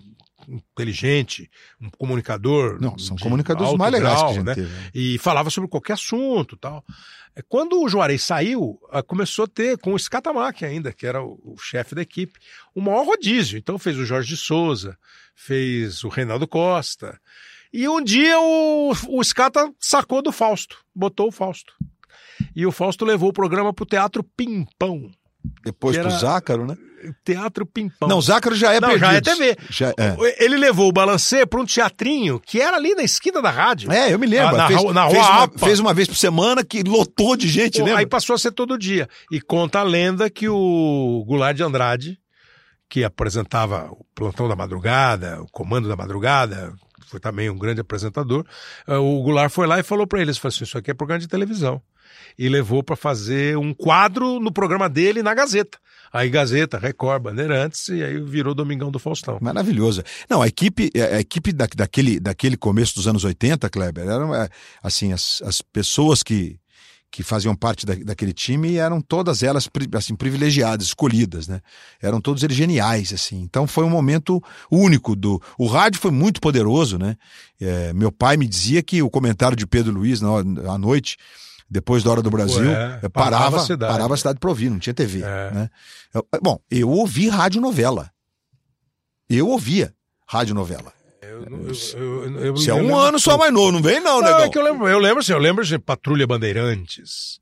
inteligente, um comunicador. Não, são de comunicadores alto mais legais que a grau, gente né? teve. né? e falava sobre qualquer assunto tal. É, Quando o Juarez saiu, ah, começou a ter, com o Scatamac ainda, que era o, o chefe da equipe, o maior rodízio. Então fez o Jorge de Souza, fez o Reinaldo Costa. E um dia o, o Scata sacou do Fausto, botou o Fausto. E o Fausto levou o programa para o Teatro Pimpão. Depois que pro era- Zácaro, né? Teatro Pimpão. Não, Zácaro já é Não, perdido. já é TV. Já é. Ele levou o balancê para um teatrinho que era ali na esquina da rádio. É, eu me lembro. Ah, Na- na fez, rua- na fez rua uma, Apa. fez uma vez por semana que lotou de gente, Pô, lembra? aí passou a ser todo dia. E conta a lenda que o Goulart de Andrade, que apresentava o Plantão da Madrugada, o Comando da Madrugada, foi também um grande apresentador, eh, o Goulart foi lá e falou para eles, falou assim, isso aqui é programa de televisão. E levou para fazer um quadro no programa dele na Gazeta. Aí Gazeta, Record, Bandeirantes, e aí virou Domingão do Faustão. Maravilhosa. Não, a equipe, é, a a equipe da, daquele, daquele começo dos anos 80, Kleber, eram é, assim, as, as pessoas que, que faziam parte da- daquele time eram todas elas pri- assim, privilegiadas, escolhidas, né? Eram todos eles geniais, assim. Então foi um momento único do. O rádio foi muito poderoso, né? É, meu pai me dizia que o comentário de Pedro Luiz na hora- à noite. Depois da hora do Brasil, Ué, é, parava parava, a cidade. parava a cidade para ouvir, não tinha TV. É. Né? Eu- Bom, eu ouvi rádio novela. Eu ouvia rádio novela. Eu, eu- eu- eu- Você é eu um lembro- ano só mais novo, não vem não, Não, negão. é que eu lembro, eu lembro assim, eu lembro de Patrulha Bandeirantes.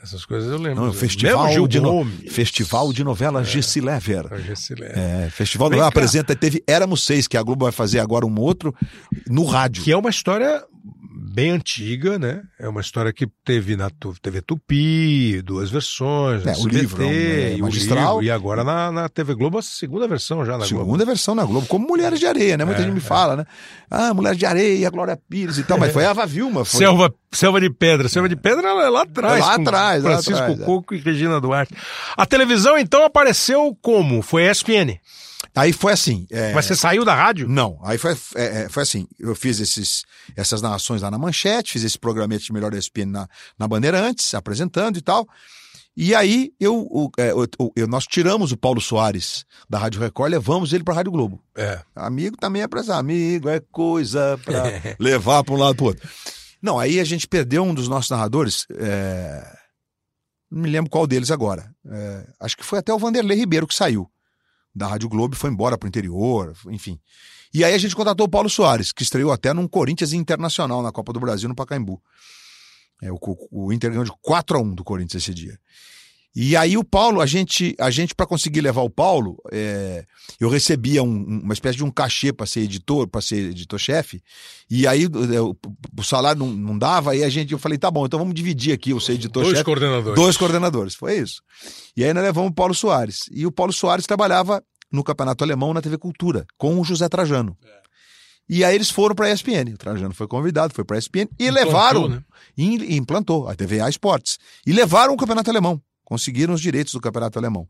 Essas coisas eu lembro. Não, Eu festival lembro Gil de no- Gomes. Festival de novela Gessi Lever. Ah, já se lembra. É, Festival de Vem novela cá. apresenta, teve Éramos Seis, que a Globo vai fazer agora um outro, no rádio. Que é uma história bem antiga, né? É uma história que teve na Tu- TV Tupi, duas versões, né? É, no o livro, é um, é, e o magistral. livro, e agora na, na TV Globo, a segunda versão já na Globo. Segunda versão na Globo, como Mulheres de Areia, né? Muita É, gente me é. fala, né? Ah, Mulheres de Areia, Glória Pires e tal, mas foi a Ava Vilma. Foi... Selva, Selva de Pedra. Selva de Pedra ela é lá atrás. Lá com atrás, lá Francisco atrás, é. Coco e Regina Duarte. A televisão, então, apareceu como? Foi ESPN. Aí foi assim. é, Mas você saiu da rádio? Não, aí foi, é, é, foi assim, eu fiz esses, essas narrações lá na Manchete, fiz esse programete de Melhor da ESPN na, na Bandeirantes, apresentando e tal, e aí eu, o- é, o- o- eu- nós tiramos o Paulo Soares da Rádio Record, levamos ele pra Rádio Globo. É. Amigo também é pra amigo, é coisa pra levar pra um lado pro outro. Não, aí a gente perdeu um dos nossos narradores, é, não me lembro qual deles agora, é, acho que foi até o Vanderlei Ribeiro que saiu da Rádio Globo e foi embora pro interior, enfim. E aí a gente contratou o Paulo Soares, que estreou até num Corinthians Internacional na Copa do Brasil, no Pacaembu. É, o, o Inter ganhou de 4 a 1 do Corinthians esse dia. E aí o Paulo, a gente, a gente para conseguir levar o Paulo, é, eu recebia um- um- uma espécie de um cachê para ser editor, para ser editor-chefe. E aí é, o, o salário não, não dava, aí a gente, eu falei, tá bom, então vamos dividir aqui, eu ser editor-chefe. Dois coordenadores. Dois coordenadores, foi isso. E aí nós levamos o Paulo Soares. E o Paulo Soares trabalhava no Campeonato Alemão na TV Cultura, com o José Trajano. É. E aí eles foram para a ESPN. O Trajano foi convidado, foi para a ESPN e Implantou, levaram. né? E implantou a TVA Esportes. E levaram o Campeonato Alemão. Conseguiram os direitos do Campeonato Alemão.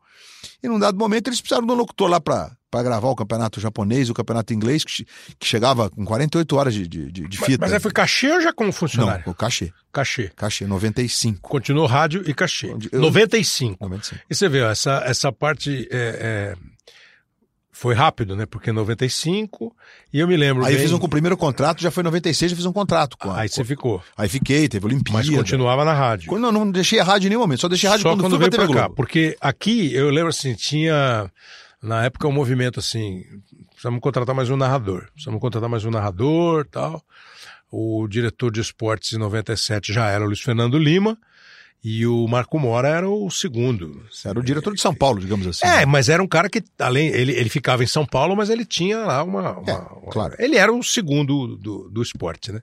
E num dado momento eles precisaram de um locutor lá para gravar o campeonato japonês, o campeonato inglês, que, che- que chegava com 48 horas de, de, de, de Mas- fita. Mas aí foi cachê ou já como Não, funcionário? o cachê. Cachê. Cachê, 95. Continuou rádio e cachê. Onde eu- 95. 95. E você vê, ó, essa, essa parte é, é, foi rápido, né? Porque 95, e eu me lembro. Aí eu bem- fiz um com o primeiro contrato, já foi em 96, eu fiz um contrato com a. Aí você ficou. Aí fiquei, teve Olimpíada. Mas continuava na rádio. Quando- Não, não deixei a rádio em nenhum momento, só deixei a rádio Só quando, quando fui veio pra TV pra cá. Globo. Porque aqui, eu lembro assim, tinha na época um movimento assim, precisamos contratar mais um narrador, precisamos contratar mais um narrador tal. O diretor de esportes em 97 já era o Luiz Fernando Lima e o Marco Mora era o segundo. Era o diretor de São Paulo, digamos assim. É, mas era um cara que, além, ele, ele ficava em São Paulo, mas ele tinha lá uma. uma- É, uma- claro. Ele era o segundo do, do esporte, né?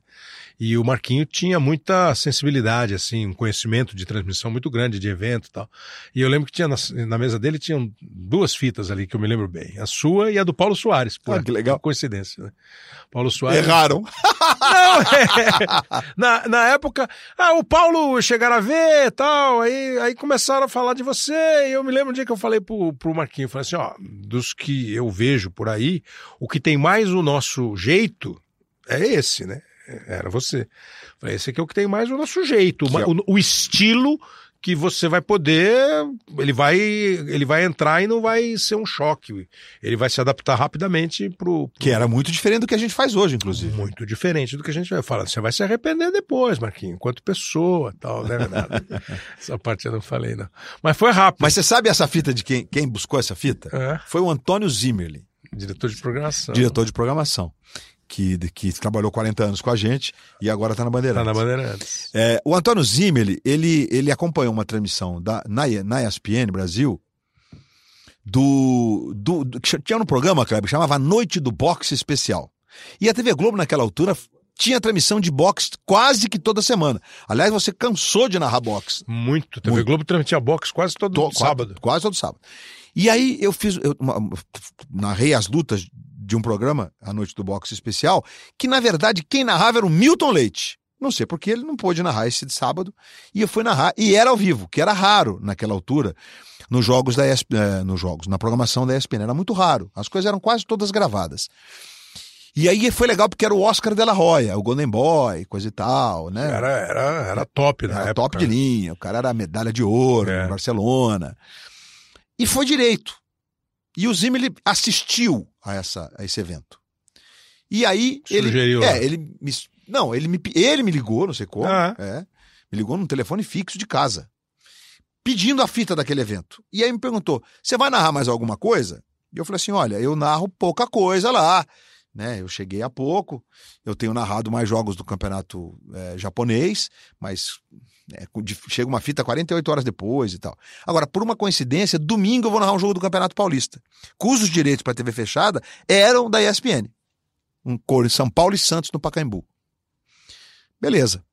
E o Marquinho tinha muita sensibilidade, assim, um conhecimento de transmissão muito grande, de evento e tal. E eu lembro que tinha na, na mesa dele tinham duas fitas ali que eu me lembro bem: a sua e a do Paulo Soares. Por Ah, que legal. É Coincidência, né? Paulo Soares. Erraram. Não, é. na, na época, ah, o Paulo chegaram a ver e tal, aí, aí começaram a falar de você, e eu me lembro um dia que eu falei pro, pro Marquinho, eu falei assim, ó, dos que eu vejo por aí, o que tem mais o nosso jeito é esse, né? Era você. Falei, esse aqui é o que tem mais o nosso jeito, Que é- o, o estilo que você vai poder, ele vai, ele vai entrar e não vai ser um choque, ele vai se adaptar rapidamente pro, Que era muito diferente do que a gente faz hoje, inclusive. muito diferente do que a gente vai falar. Você vai se arrepender depois, Marquinhos, enquanto pessoa tal, né, Renato? Essa parte eu não falei, não. Mas foi rápido. Mas você sabe essa fita de quem, quem buscou essa fita? É, Foi o Antônio Zimmerli, diretor de programação. diretor de programação, que, que trabalhou 40 anos com a gente e agora está na Tá Bandeirantes. na Bandeirantes. É, o Antônio Zimmerli, ele, ele acompanhou uma transmissão da, na, na ESPN Brasil do, do, do que tinha um programa, Kleber, que chamava Noite do Boxe Especial. E a TV Globo, naquela altura, tinha transmissão de boxe quase que toda semana. Aliás, você cansou de narrar boxe. Muito. TV Muito. Globo transmitia boxe quase todo To- quase- sábado. Quase, todo sábado. E aí eu fiz, eu uma- narrei as lutas de um programa, A Noite do Boxe Especial, que na verdade quem narrava era o Milton Leite. Não sei porque ele não pôde narrar esse de sábado e eu fui narrar e era ao vivo, que era raro naquela altura nos jogos da ESP, eh, nos jogos, na programação da ESPN era muito raro. As coisas eram quase todas gravadas. E aí foi legal porque era o Oscar de la Roya, o Golden Boy, coisa e tal, né? Era, era, era top na Era época. top de linha, o cara era medalha de ouro É. no Barcelona. E foi direito. E o Zimmer assistiu a, essa, a esse evento. E aí Sugeriu, ele. né? É, ele me. Não, ele me, ele me ligou, não sei como. Ah. é, me ligou num telefone fixo de casa, pedindo a fita daquele evento. E aí me perguntou: você vai narrar mais alguma coisa? E eu falei assim: olha, eu narro pouca coisa lá. Né, eu cheguei há pouco, eu tenho narrado mais jogos do campeonato eh, japonês, mas né, com- de- chega uma fita 48 horas depois e tal. Agora, por uma coincidência, domingo eu vou narrar um jogo do Campeonato Paulista, cujos direitos para TV fechada eram da ESPN. Um coro em São Paulo e Santos no Pacaembu. Beleza.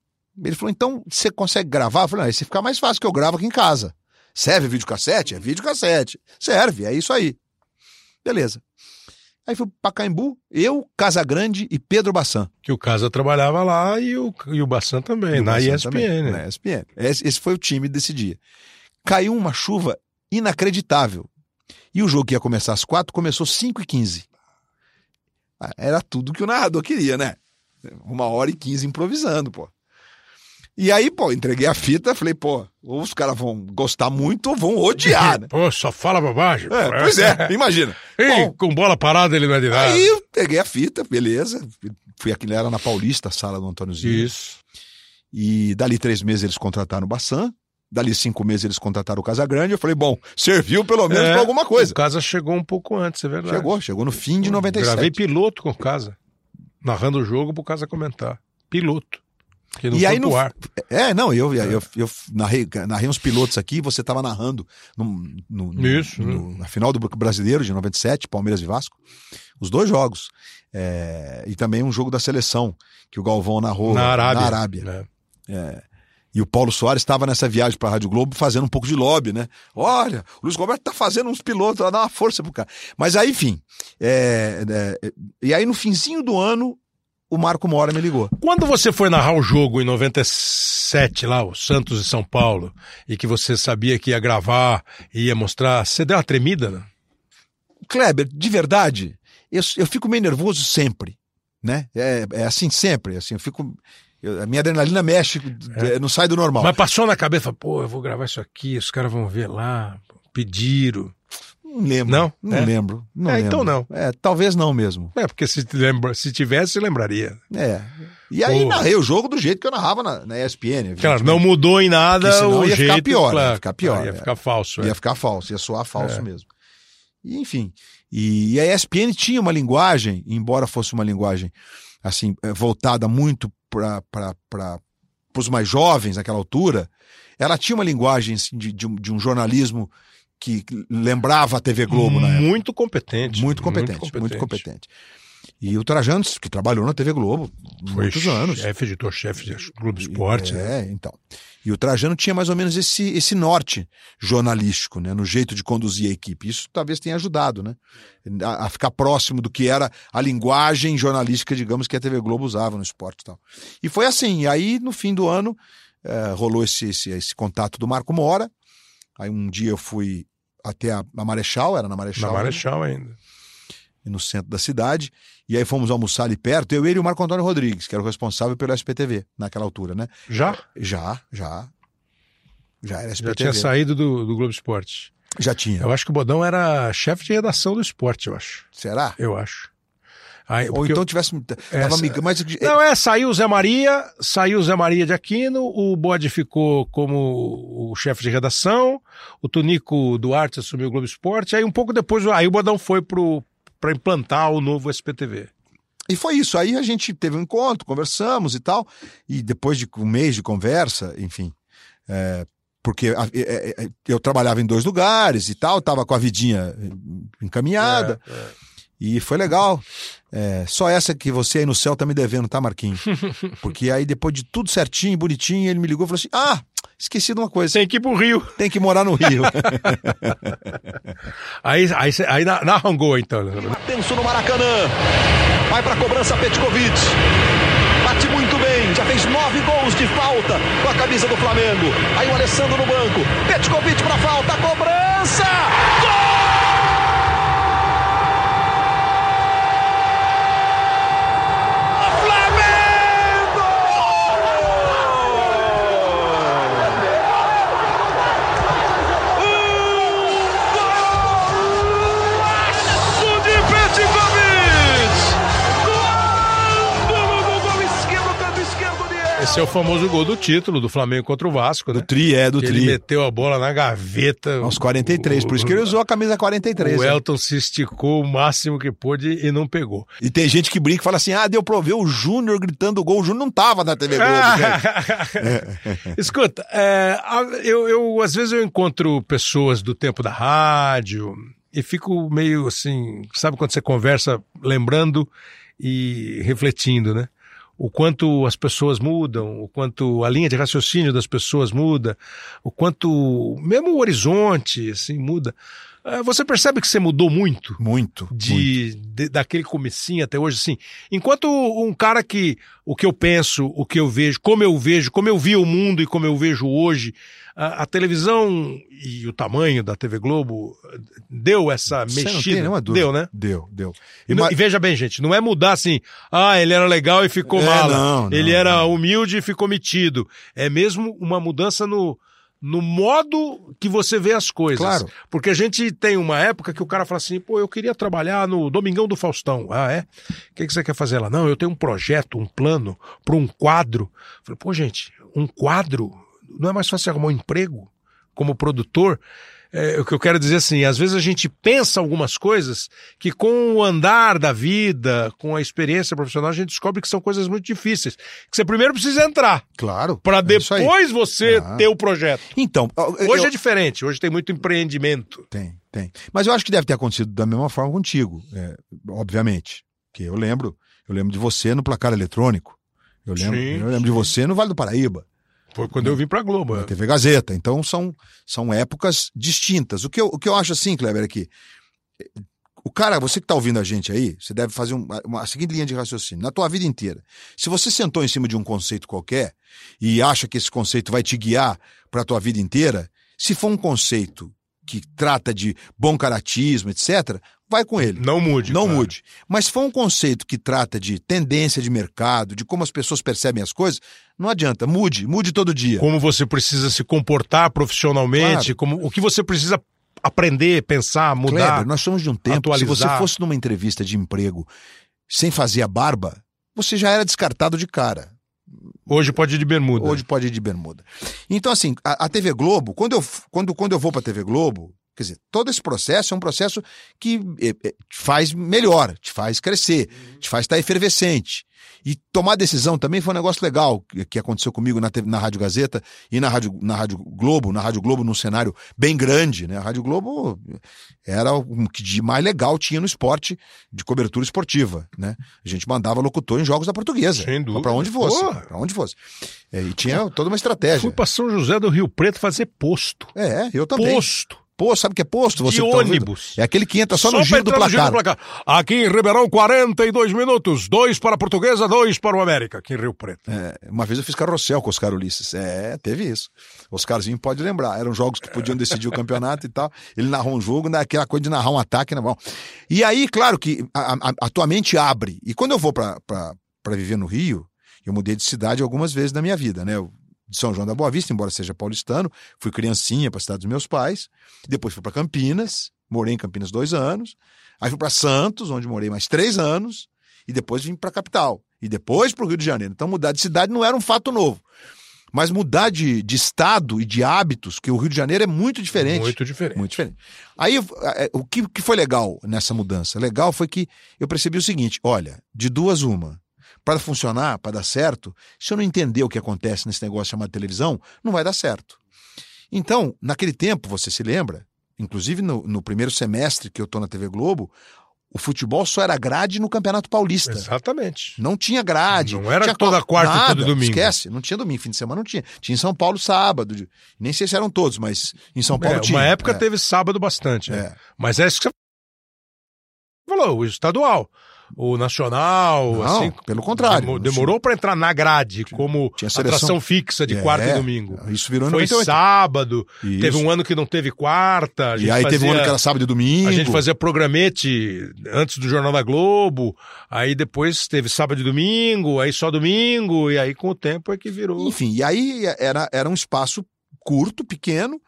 Ele falou, então você consegue gravar? Eu falei, não, esse fica mais fácil que eu gravo aqui em casa. Serve videocassete? É videocassete. Serve, é isso aí. Beleza. Aí fui pro Pacaembu, eu, Casagrande e Pedro Bassan. Que o Casa trabalhava lá e o, e o Bassan também, E o É, na Bassan ESPN. também, É. né? Na ESPN. Esse, esse foi o time desse dia. Caiu uma chuva inacreditável. E o jogo que ia começar às quatro começou às 5 e 15 Ah, Era tudo que o narrador queria, né? Uma hora e quinze improvisando, pô. E aí, pô, entreguei a fita, falei, pô, ou os caras vão gostar muito ou vão odiar, né? Pô, só fala bobagem. É, pô. pois é, imagina. Ei, Bom. com bola parada ele não é de nada. Aí eu peguei a fita, beleza. Fui aqui, era na Paulista, a sala do Antôniozinho. Isso. E dali três meses eles contrataram o Bassan. Dali cinco meses eles contrataram o Casagrande. Eu falei, bom, serviu pelo menos É, pra alguma coisa. O Casa chegou um pouco antes, é verdade. Chegou, chegou no fim de Gravei 97. piloto com o Casa, narrando o jogo pro Casa comentar. Piloto. Que não E foi aí pro no- ar. É, não, eu, eu, eu, eu narrei, narrei uns pilotos aqui, você tava narrando no, no- no- Isso, né? no- na final do Brasileiro de 97, Palmeiras e Vasco. Os dois jogos. É, e também um jogo da seleção, que o Galvão narrou na Arábia. Na Arábia. né? E o Paulo Soares estava nessa viagem para a Rádio Globo fazendo um pouco de lobby, né? Olha, o Luiz Roberto tá fazendo uns pilotos, lá dá uma força pro cara. Mas aí, enfim. é, é, é, e aí, no finzinho do ano, o Marco Mora me ligou. Quando você foi narrar o jogo em 97, lá, o Santos e São Paulo, e que você sabia que ia gravar e ia mostrar, você deu uma tremida, né? Kleber, de verdade, eu, eu fico meio nervoso sempre, né? É, é assim sempre, assim, eu fico. eu- a minha adrenalina mexe, é, não sai do normal. Mas passou na cabeça, pô, eu vou gravar isso aqui, os caras vão ver lá, pediram. Não lembro. Não? Não É. lembro. Não É, lembro. então não. É, talvez não mesmo. É, porque se, te lembra, se tivesse, lembraria. É. E aí Pô. narrei o jogo do jeito que eu narrava na, na ESPN. Claro, evidentemente. não mudou em nada Porque senão o ia ficar jeito. pior, claro. ia ficar pior, Ia é. ficar falso. é. Ia ficar falso, ia soar falso É. mesmo. E, enfim, e a ESPN tinha uma linguagem, embora fosse uma linguagem assim eh, voltada muito para os mais jovens naquela altura, ela tinha uma linguagem assim, de, de um, de um jornalismo que lembrava a TV Globo na época. muito competente. Muito competente, muito competente. E o Trajano, que trabalhou na TV Globo Foi é, muitos anos. Chefe, editor-chefe de Globo Esporte. né? É, então. E o Trajano tinha mais ou menos esse, esse norte jornalístico, né? No jeito de conduzir a equipe. Isso talvez tenha ajudado, né? A, a ficar próximo do que era a linguagem jornalística, digamos, que a TV Globo usava no esporte e tal. E foi assim. E aí, no fim do ano, eh, rolou esse, esse, esse contato do Marco Mora. Aí um dia eu fui até a, a Marechal, era na Marechal, Na Marechal ainda. né? no centro da cidade. E aí fomos almoçar ali perto, eu, ele e o Marco Antônio Rodrigues, que era o responsável pelo SPTV naquela altura, né? Já? Já, já. Já era Já SPTV. tinha saído do, do Globo Esporte. Já tinha. Eu acho que o Bodão era chefe de redação do esporte, eu acho. Será? Eu acho. Aí, Ou é, porque então tivesse. Tava Essa- migrando, mas eu- Não, é, saiu o Zé Maria, saiu o Zé Maria de Aquino, o Bode ficou como o chefe de redação, o Tonico Duarte assumiu o Globo Esporte, aí um pouco depois, aí o Bodão foi pro para implantar o novo SPTV. E foi isso. Aí a gente teve um encontro, conversamos e tal. E depois de um mês de conversa, enfim, é, porque a- é- é- é- eu trabalhava em dois lugares e tal, tava com a vidinha encaminhada. É, E foi legal. É, só essa que você aí no céu tá me devendo, tá, Marquinhos? Porque aí depois de tudo certinho, bonitinho, ele me ligou e falou assim: Ah, esqueci de uma coisa, Tem que ir pro Rio. tem que morar no Rio. Aí, aí, cê- aí na, na rangou, então. Tenso no Maracanã. Vai para a cobrança Petkovic. Bate muito bem, já fez nove gols de falta com a camisa do Flamengo. Aí o Alessandro no banco. Petkovic para falta, cobrança! Gol! Flamengo! Golaço de Petkovic! Gol! Gol, gol, gol esquerdo, canto esquerdo de Elton. Esse é o famoso gol do título do Flamengo contra o Vasco, né? Do Tri, é, do Que Ele Tri. meteu a bola na gaveta. Aos 43, por isso que ele usou a camisa 43. O né? Elton se esticou o máximo que pôde e não pegou. E tem gente que brinca e fala assim: ah, deu pra eu ver o Júnior gritando gol. O Júnior não tava na TV Globo. cara. Ah. Escuta, é, a- eu, eu- às vezes eu encontro pessoas do tempo da rádio e fico meio assim, sabe quando você conversa lembrando e refletindo, né? O quanto as pessoas mudam, o quanto a linha de raciocínio das pessoas muda, o quanto mesmo o horizonte assim muda. É, Você percebe que você mudou muito? Muito. muito. de, de- daquele comecinho até hoje, assim. Enquanto um cara que o que eu penso, o que eu vejo, como eu vejo, como eu via o mundo e como eu vejo hoje, a, a televisão e o tamanho da TV Globo eh, deu essa Você mexida. não tem nenhuma dúvida. Deu, né? Deu, deu. E, ma- veja bem, gente, não é mudar assim, ah, ele era legal e ficou É, mal não, não, ele era humilde e ficou metido. É mesmo uma mudança no, no modo que você vê as coisas. Claro. Porque a gente tem uma época que o cara fala assim, pô, eu queria trabalhar no Domingão do Faustão. Ah, é? O que, que você quer fazer lá? Não, eu tenho um projeto, um plano para um quadro. Eu Falei, pô, gente, um quadro? Não é mais fácil arrumar um emprego como produtor? É, o que eu quero dizer assim, às vezes a gente pensa algumas coisas que com o andar da vida, com a experiência profissional, a gente descobre que são coisas muito difíceis. Que você primeiro precisa entrar, Claro. para é isso aí. depois você Ah. ter o projeto. Então, Hoje eu- é diferente, hoje tem muito empreendimento. Tem, tem. Mas eu acho que deve ter acontecido da mesma forma contigo, é, obviamente. Que eu lembro. Eu lembro de você no placar eletrônico. Eu lembro, Sim, eu lembro de você no Vale do Paraíba, Foi quando eu vim pra Globo. na TV Gazeta. Então são, são épocas distintas. O que, eu, o que eu acho assim, Kleber, é que eh, o cara, você que está ouvindo a gente aí, você deve fazer um- uma, a seguinte linha de raciocínio. Na tua vida inteira, se você sentou em cima de um conceito qualquer e acha que esse conceito vai te guiar para a tua vida inteira, se for um conceito que trata de bom caratismo, etc., vai com ele. Não mude. Não claro. mude. Mas se for um conceito que trata de tendência de mercado, de como as pessoas percebem as coisas, não adianta. Mude, mude todo dia. Como você precisa se comportar profissionalmente, Claro. como o que você precisa aprender, pensar, mudar. Kleber, nós somos de um tempo. atualizar. Se você fosse numa entrevista de emprego sem fazer a barba, você já era descartado de cara. Hoje pode ir de bermuda. Hoje pode ir de bermuda. Então, assim, a, a TV Globo, quando eu, f- quando, quando eu vou pra TV Globo, quer dizer, todo esse processo é um processo que eh, eh, te faz melhor, te faz crescer, te faz estar efervescente. E tomar decisão também foi um negócio legal que, que aconteceu comigo na, TV na Rádio Gazeta e na Rádio, na Rádio Globo, na Rádio Globo num cenário bem grande, né? A Rádio Globo era o que de mais legal tinha no esporte, de cobertura esportiva, né? A gente mandava locutor em jogos da portuguesa. Sem dúvida. Pra onde fosse. Porra. Pra onde fosse. É, e tinha toda uma estratégia. Fui pra São José do Rio Preto fazer posto. É, eu também. Posto. Posto. sabe o que é posto? Você de que tá ouvindo? ônibus. É aquele que entra só, no pra giro do entrar placar. placar. Aqui em Ribeirão, 42 minutos. Dois para a Portuguesa, dois para o América, aqui em Rio Preto. É, uma vez eu fiz carrossel com o Oscar Ulisses. É, teve isso. Oscarzinho pode lembrar. Eram jogos que podiam decidir o campeonato e tal. Ele narrou um jogo, né, aquela coisa de narrar um ataque na mão. E aí, claro que a, a- a tua mente abre. E quando eu vou pra, pra, pra viver no Rio, eu mudei de cidade algumas vezes na minha vida, né? Eu, de São João da Boa Vista, embora seja paulistano, fui criancinha pra cidade dos meus pais. Depois fui pra Campinas, morei em Campinas dois anos. Aí fui pra Santos, onde morei mais três anos e depois vim para a capital e depois para o Rio de Janeiro. Então mudar de cidade não era um fato novo. Mas mudar de, de estado e de hábitos, que o Rio de Janeiro é muito diferente. Muito diferente. Muito diferente. Aí eh, o que, que foi legal nessa mudança? Legal foi que eu percebi o seguinte: olha, de duas, uma. Para funcionar, para dar certo, se eu não entender o que acontece nesse negócio chamado televisão, não vai dar certo. Então, naquele tempo, você se lembra, inclusive no, no primeiro semestre que eu tô na TV Globo, o futebol só era grade no Campeonato Paulista. Exatamente. Não tinha grade. Não era tinha toda co- quarta e nada, todo domingo. Esquece, não tinha domingo, fim de semana não tinha. Tinha em São Paulo sábado. de- Nem sei se eram todos, mas em São Paulo É, tinha. uma época É, teve sábado bastante. né? é. Mas é isso que você falou, o estadual, o nacional, Não, assim. pelo contrário. demo- não tinha- demorou pra entrar na grade como Tinha seleção. atração fixa de quarta É, e domingo. Isso virou em Foi 98. sábado, Isso. teve um ano que não teve quarta. a E gente aí teve um fazia- ano que era sábado e domingo. A gente fazia programete antes do Jornal da Globo, aí depois teve sábado e domingo, aí só domingo, e aí com o tempo é que virou. Enfim, e aí era, era um espaço curto, pequeno,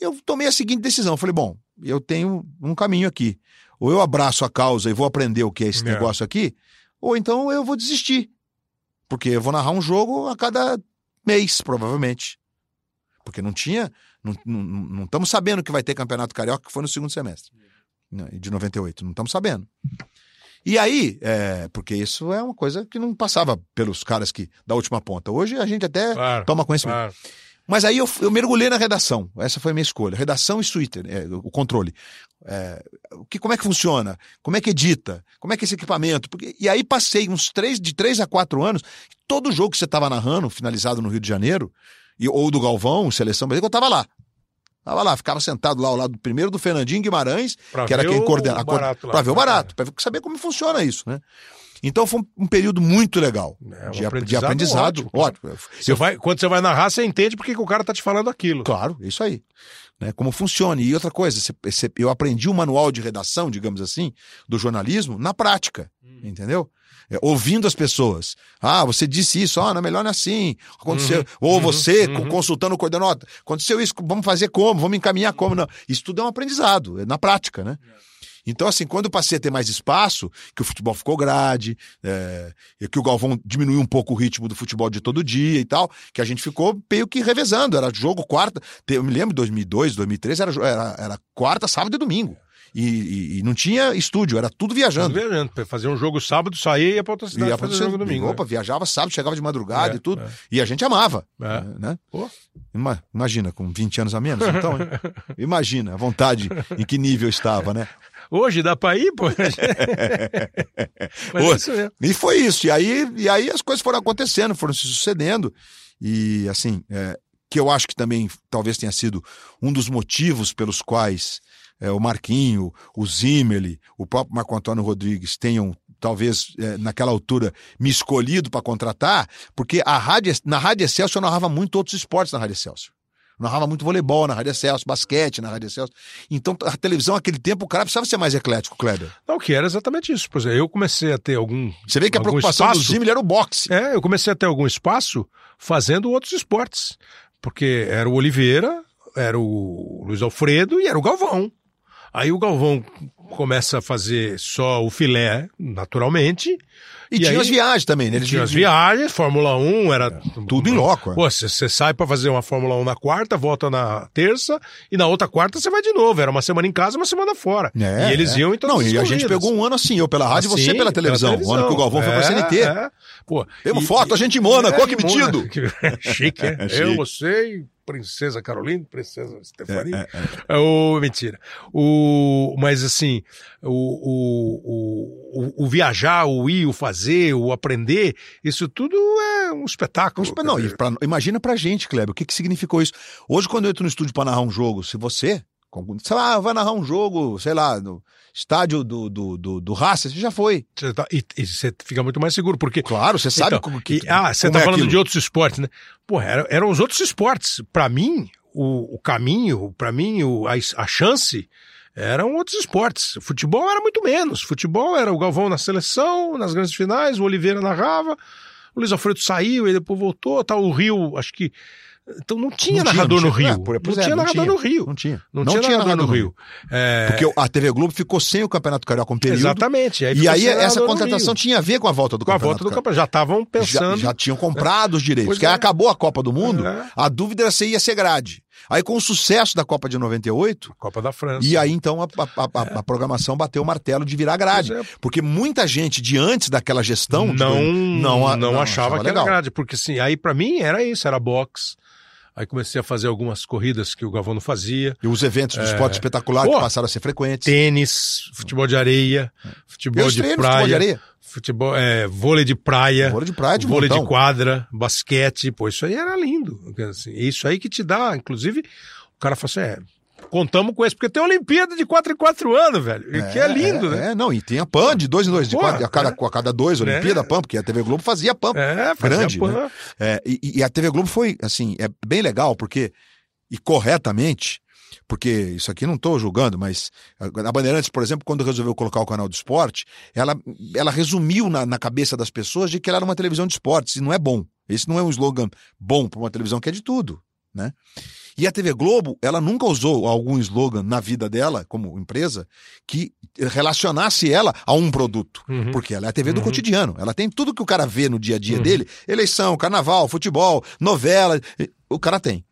e eu tomei a seguinte decisão. Eu Falei, bom, eu tenho um caminho aqui. Ou eu abraço a causa e vou aprender o que é esse É. negócio aqui, ou então eu vou desistir. Porque eu vou narrar um jogo a cada mês, provavelmente. Porque não tinha. Não não- não estamos sabendo que vai ter Campeonato Carioca, que foi no segundo semestre né, de 98. Não estamos sabendo. E aí, é, porque isso é uma coisa que não passava pelos caras que da última ponta. Hoje a gente até Claro, toma conhecimento. claro. Mas aí eu, eu mergulhei na redação. Essa foi a minha escolha. Redação e Twitter, é, o controle. É, o que, como é que funciona? Como é que edita? Como é que é esse equipamento? Porque- e aí passei uns três, de três a quatro anos, todo jogo que você estava narrando, finalizado no Rio de Janeiro, e- ou do Galvão, Seleção Brasileira, eu estava lá. Tava lá, ficava sentado lá ao lado primeiro do Fernandinho Guimarães, Pra que era ver quem o coordena, a coorden- barato lá. É. pra ver o barato, pra ver- saber como funciona isso, né? Então foi um, um período muito legal É, um de, ap- de aprendizado aprendizado. ótimo, claro. ótimo. Você vai, quando você vai narrar, você entende porque que o cara tá te falando aquilo. Claro, é isso aí. Né? Como funciona. E outra coisa, cê- cê- eu aprendi o manual de redação, digamos assim, do jornalismo na prática, entendeu? É, ouvindo as pessoas. Ah, você disse isso, ah, não é melhor não é assim. Aconteceu. Ou você co- consultando o coordenador, "Ó, aconteceu isso, vamos fazer como, vamos encaminhar como. Não. Isso tudo é um aprendizado, é na prática, né? Então, assim, quando eu passei a ter mais espaço, que o futebol ficou grade, é, e que o Galvão diminuiu um pouco o ritmo do futebol de todo dia e tal, que a gente ficou meio que revezando. Era jogo quarta. te- Eu me lembro de 2002, 2003, era, jo- era, era quarta, sábado e domingo. E, e- e não tinha estúdio, era tudo Tudo viajando. viajando, Tá pra fazer um jogo sábado, sair e ia pra outra E cidade a fazer produção- jogo domingo. Opa, viajava sábado, chegava de madrugada É, e tudo. é. E a gente amava. É. Né? Pô. Ima- Imagina, com 20 anos a menos, então, hein? Imagina a vontade em que nível estava, né? Hoje dá pra ir, pô. Mas Hoje. é isso mesmo. E foi isso. E aí, e aí as coisas foram acontecendo, foram se sucedendo. E assim, é, que eu acho que também talvez tenha sido um dos motivos pelos quais é, o Marquinho, o Zimeli, o próprio Marco Antônio Rodrigues tenham, talvez, é, naquela altura, me escolhido para contratar, porque a rádio, na Rádio Excelsior eu narrava muito outros esportes na Rádio Excelsior. Eu Narrava muito voleibol na Rádio Excelsior, basquete na Rádio Excelsior. Então, a televisão, naquele tempo, o cara precisava ser mais eclético, Kleber. Não, que era exatamente isso. Por exemplo, eu comecei a ter algum. Você vê que a algum preocupação do espaço. Zimeli era o boxe. É, eu comecei a ter algum espaço fazendo outros esportes. Porque era o Oliveira, era o Luiz Alfredo e era o Galvão. Aí o Galvão começa a fazer só o filé, naturalmente. E, tinha aí- as viagens também, né? Eles tinha as viviam- viagens, Fórmula 1 era. Tudo em loco. é. Pô, você sai pra fazer uma Fórmula 1 na quarta, volta na terça, e na outra quarta você vai de novo. Era uma semana em casa, uma semana fora. É, e eles é. iam em todas Não, as e a gente corridas. pegou um ano assim, eu pela rádio e você Assim, pela televisão. O ano que o Galvão foi pra É, CNT. é. Pô, Temos e- é, foto, a gente em Mônaco, ó, que metido. Que- Chique, é? É Eu, chique. você e Princesa Carolina, Princesa Stefania. É, é, É, ô, mentira. O, mas assim, o, o, o, o viajar, o ir, o fazer, o aprender, isso tudo é um espetáculo. Vamos pra- não, e pra- imagina pra gente, Kleber, o que, que significou isso? Hoje, quando eu entro no estúdio pra narrar um jogo, se você, como- sei lá, vai narrar um jogo, sei lá, no estádio do, do, do, do Raça, você já foi. Você tá- e, e você fica muito mais seguro, porque. Claro, você sabe Então, o que. e- ah, você como tá é falando aquilo. de outros esportes, né? Porra, era- eram os outros esportes. Pra mim, o, o caminho, pra mim, o- a, a chance eram outros esportes. Futebol era muito menos. Futebol era o Galvão na seleção, nas grandes finais, o Oliveira narrava, o Luiz Alfredo saiu, ele depois voltou, tal, o Rio, acho que. Então não tinha Não tinha, narrador não no tinha. Rio. É, pois não é, tinha não narrador tinha. no Rio. Não tinha. Não, tinha, narrador no Rio. É, Porque a TV Globo ficou sem o Campeonato Carioca um período. exatamente. E ficou aí sem essa narrador tipo no contratação Rio. tinha a ver com a volta do com a Campeonato volta do Carioca. campeonato. Já estavam pensando. Já, já tinham comprado os direitos. Pois Porque é. aí acabou a Copa do Mundo, É. a dúvida era se ia ser grade. Aí, com o sucesso da Copa de 98, Copa da França. e aí então a, a- a- a programação bateu o martelo de virar grade. É. Pois é. Porque muita gente de antes daquela gestão de não, dois- não, um a- achava, que era grade, porque assim, aí pra mim era isso, era box. Aí comecei a fazer algumas corridas que o Galvão não fazia. E os eventos do esporte espetacular É. Pô, que passaram a ser frequentes. Tênis, futebol de areia, futebol Eu de estreiei praia. no futebol de areia. futebol- é, vôlei de praia. Vôlei de praia de vôlei de montão. quadra, basquete, pô, isso aí era lindo. Assim, isso aí que te dá, inclusive, o cara fala assim, é, contamos com esse, porque tem Olimpíada de 4 em 4 anos, velho, e que é lindo, né? É, não, e tem a PAN de dois em dois, de Pô, quatro, a, cada, é. a cada dois, Olimpíada, É. PAN, porque a TV Globo fazia PAN. É, fazia Grande, pô, né? É, e, e a TV Globo foi, assim, é bem legal, porque, e corretamente, porque isso aqui não estou julgando, mas a a Bandeirantes, por exemplo, quando resolveu colocar o canal do esporte, ela, ela resumiu na, na cabeça das pessoas de que ela era uma televisão de esportes, e não é bom. Esse não é um slogan bom para uma televisão que é de tudo, né? E a TV Globo, ela nunca usou algum slogan na vida dela, como empresa, que relacionasse ela a um produto. Uhum. Porque ela é a TV do cotidiano. Ela tem tudo que o cara vê no dia a dia dele: eleição, carnaval, futebol, novela. e- O cara tem.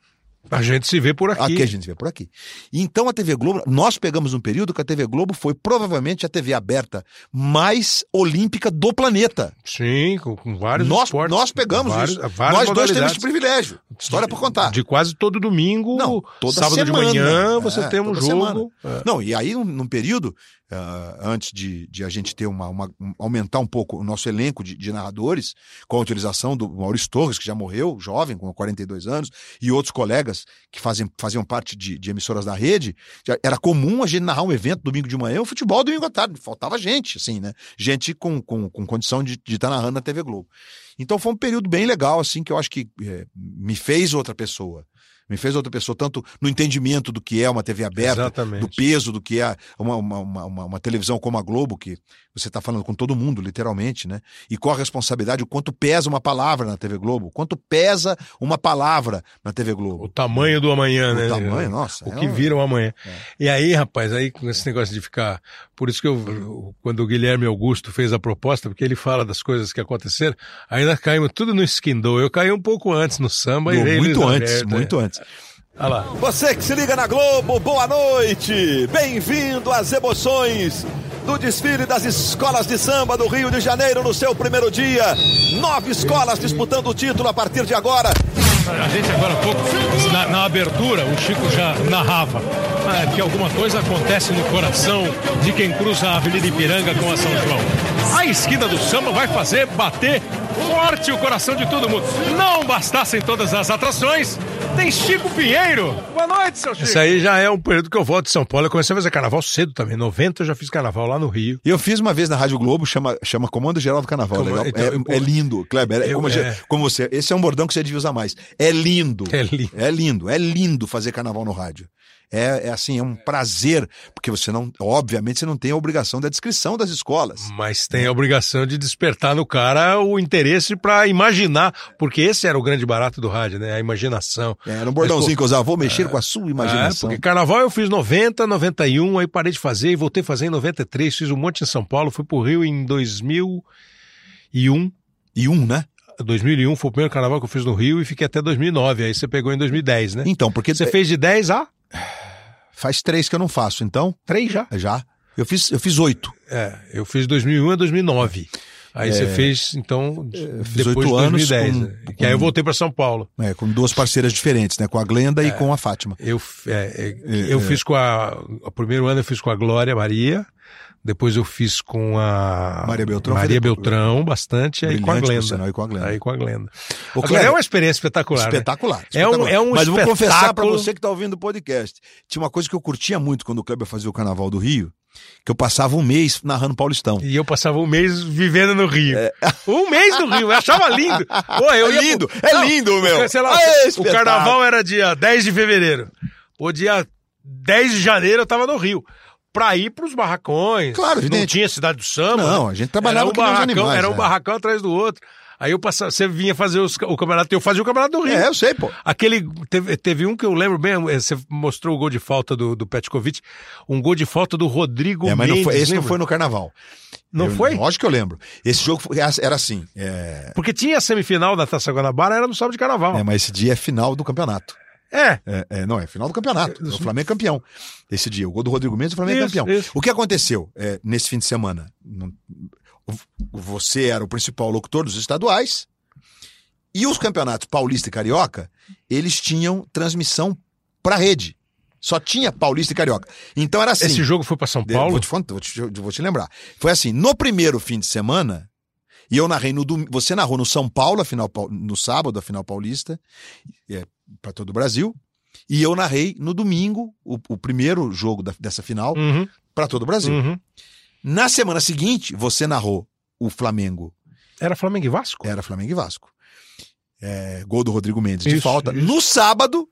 A gente se vê por aqui. Aqui a gente vê por aqui. E Então a TV Globo, nós pegamos um período que a TV Globo foi provavelmente a TV aberta mais olímpica do planeta. Sim, com, com vários nós, esportes. nós pegamos vários- isso. várias nós dois temos modalidades. esse privilégio. História pra contar. De quase todo domingo, Não, toda sábado semana. de manhã, você É, tem um toda jogo. Não, e aí, num, num período, ah, antes de, de a gente ter uma, uma- um- aumentar um pouco o nosso elenco de, de narradores, com a utilização do Maurício Torres, que já morreu, jovem, com 42 anos, e outros colegas que fazem, faziam parte de, de emissoras da rede, já era comum a gente narrar um evento domingo de manhã, o futebol domingo à tarde. Faltava gente, assim, né? Gente com, com, com condição de estar narrando na TV Globo. Então foi um período bem legal, assim, que eu acho que eh, me fez outra pessoa. Me fez outra pessoa, tanto no entendimento do que é uma TV aberta, Exatamente. do peso do que é uma, uma, uma, uma- uma televisão como a Globo, que você está falando com todo mundo, literalmente, né? E qual a responsabilidade, o quanto pesa uma palavra na TV Globo, o quanto pesa uma palavra na TV O Globo. tamanho do amanhã, O, né? tamanho, nossa. O é que um- viram amanhã. E aí, rapaz, aí com esse negócio de ficar. Por isso que eu, eu- quando o Guilherme Augusto fez a proposta, porque ele fala das coisas que aconteceram, ainda caímos tudo no esquindou. Eu caí um pouco antes no samba e Não, veio muito Elisa antes, Aberta. muito antes. Olha lá. Você que se liga na Globo, boa noite! Bem-vindo às emoções do desfile das escolas de samba do Rio de Janeiro no seu primeiro dia. Nove escolas disputando o título a partir de agora. A gente agora há pouco, na, na abertura, o Chico já narrava ah, que alguma coisa acontece no coração de quem cruza a Avenida Ipiranga com a São João. A esquina do samba vai fazer bater forte o coração de todo mundo. Não bastassem todas as atrações, tem Chico Pinheiro. Boa noite, seu Chico. Isso aí já é um período que eu volto de São Paulo. Eu comecei a fazer carnaval cedo também. Em 90 eu já fiz carnaval lá no Rio. Eu fiz uma vez na Rádio Globo, chama, chama Comando Geral do Carnaval. Como- legal? então, é, eu- é lindo, Kleber. é eu- como, é. como você. Esse é um bordão que você devia usar mais. É lindo. É lindo. É lindo, é lindo fazer carnaval no rádio. É, é assim, é um prazer, porque você não. Obviamente, você não tem a obrigação da descrição das escolas. Mas tem a obrigação de despertar no cara o interesse pra imaginar, porque esse era o grande barato do rádio, né? A imaginação. É, Era um bordãozinho que eu usava, vou mexer com a sua É, imaginação. porque carnaval eu fiz 90, 91, aí parei de fazer e voltei a fazer em 93, fiz um monte em São Paulo, fui pro Rio em 2001. E um, né? 2001 foi o primeiro carnaval que eu fiz no Rio e fiquei até 2009, aí você pegou em 2010, né? Então, porque Você fez de 10 a faz três que eu não faço, então, 3 já. já. Eu fiz, eu fiz oito. É, eu fiz 2001 a 2009. Aí você fez, então, É. fiz depois de oito anos 2010. com- um né? Que aí eu com- voltei pra São Paulo. É, com duas parceiras diferentes, né? Com a É. Glenda e com a Fátima. Eu, f- é, é, eu fiz com a. O primeiro ano eu fiz com a Glória Maria. Depois eu fiz com a. Maria Beltrão, Maria foi depois- Beltrão, bastante. Aí com a Brilhante, por Glenda. sinal, e com a Glenda. Aí com a Glenda. Ô, Agora, Cleber, é uma experiência espetacular. né? Espetacular. É um- é um Mas eu vou confessar pra espetáculo. você que tá ouvindo o podcast. Tinha uma coisa que eu curtia muito quando o Kleber fazia o Carnaval do Rio, que eu passava um mês narrando Paulistão. E eu passava um mês vivendo no Rio. Um mês no Rio, eu achava lindo. Pô, eu É ia lindo, pro- é lindo, meu. Sei lá, Ah, é o espetáculo. carnaval era dia 10 de fevereiro. O dia 10 de janeiro eu tava no Rio. Pra ir pros barracões. Claro, Não evidente. tinha cidade do samba. Não, a gente trabalhava era um que nem os barracão, animais, Era um é. barracão atrás do outro. Aí eu passava, você vinha fazer os- o campeonato, eu fazia o campeonato do Rio. É, eu sei, pô. Aquele. Teve, teve um que eu lembro bem, eh, você mostrou o gol de falta do, do Petkovic, um gol de falta do Rodrigo É, mas não Mendes, foi, esse não lembra? foi no Carnaval. Não Eu- foi? Lógico que eu lembro. Esse jogo foi- era assim. É, Porque tinha a semifinal da Taça Guanabara, era no sábado de carnaval. é, mas esse dia é final do campeonato. É. É, é, não, é final do campeonato. O Flamengo é campeão. Esse dia. O gol do Rodrigo Mendes, o Flamengo é Isso, campeão. isso. O que aconteceu é, nesse fim de semana? Não- v- Você era o principal locutor dos estaduais E os campeonatos paulista e carioca, eles tinham transmissão pra rede. Só tinha paulista e carioca. Então era assim. Esse jogo foi pra São De- Vou Paulo? te, font- vou te- vou te lembrar. Foi assim, no primeiro fim de semana, e eu narrei no domingo. Você narrou no São Paulo, a final, pau- no sábado, a final paulista, é, para todo o Brasil. E eu narrei no domingo, o, o primeiro jogo da- dessa final, Uhum, para todo o Brasil. uhum. Na semana seguinte, você narrou o Flamengo. Era Flamengo e Vasco? Era Flamengo e Vasco. É, gol do Rodrigo Mendes de Isso, falta. isso. No sábado.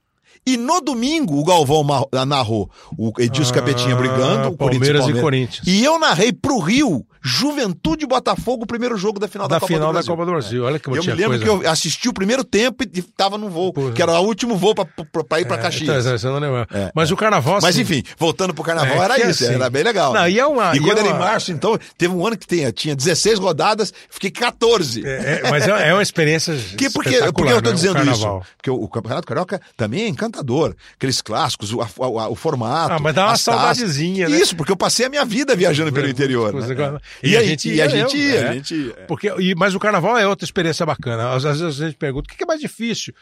E no domingo, o Galvão ma- ah, narrou o Edilson Capetinha brigando, o Ah, Palmeiras e Corinthians Corinthians. e eu narrei pro Rio, Juventude e Botafogo, o primeiro jogo da final da, da Copa final da do Brasil. É. Copa do Brasil. Olha que Eu me tinha lembro coisa. que eu assisti o primeiro tempo e tava num voo, Porra. que era o último voo pra, pra- pra ir pra Caxias. Então, isso eu não lembro. É, Mas o carnaval. Mas assim, enfim, voltando pro carnaval, É, era que é isso, assim. era bem legal. Não, e é uma- e quando é era em uma- março, então, teve um ano que tinha, tinha 16 rodadas, fiquei 14. É, é, mas é é uma experiência. Que porque, espetacular, porque eu tô né? O dizendo carnaval. isso? Porque o, o Campeonato Carioca também é encantador. Aqueles clássicos, o, a- o- a- o formato. Ah, mas dá uma as taças. saudadezinha, né? Isso, porque eu passei a minha vida viajando pelo Coisa- interior. coisa- né? coisa- E, a gente ia, a gente mesmo, ia. é. a gente ia. Porque, e- mas o carnaval é outra experiência bacana. Às, às vezes a gente pergunta o que que é mais difícil.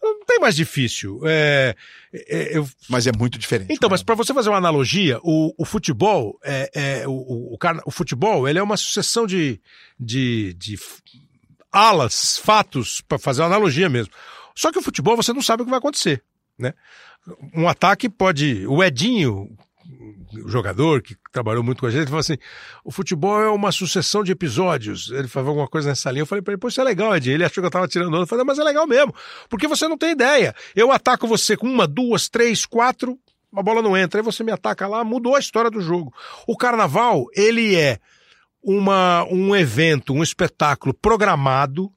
Não tem mais difícil. É, é, eu- Mas é muito diferente. então, cara. mas para você fazer uma analogia, o, o futebol é, é- o, o, o carna- o futebol ele é uma sucessão de, de, de f- alas, fatos para fazer uma analogia mesmo. Só que o futebol você não sabe o que vai acontecer, né? Um ataque pode, o Edinho, o jogador que trabalhou muito com a gente, ele falou assim: o futebol é uma sucessão de episódios. Ele falou alguma coisa nessa linha. Eu falei pra ele: pô, isso é legal, Edinho. Ele achou que eu tava tirando onda. Eu falei: mas é legal mesmo, porque você não tem ideia. Eu ataco você com uma, duas, três, quatro, a bola não entra. Aí você me ataca lá, mudou a história do jogo. O carnaval, ele é uma, um evento, um espetáculo programado.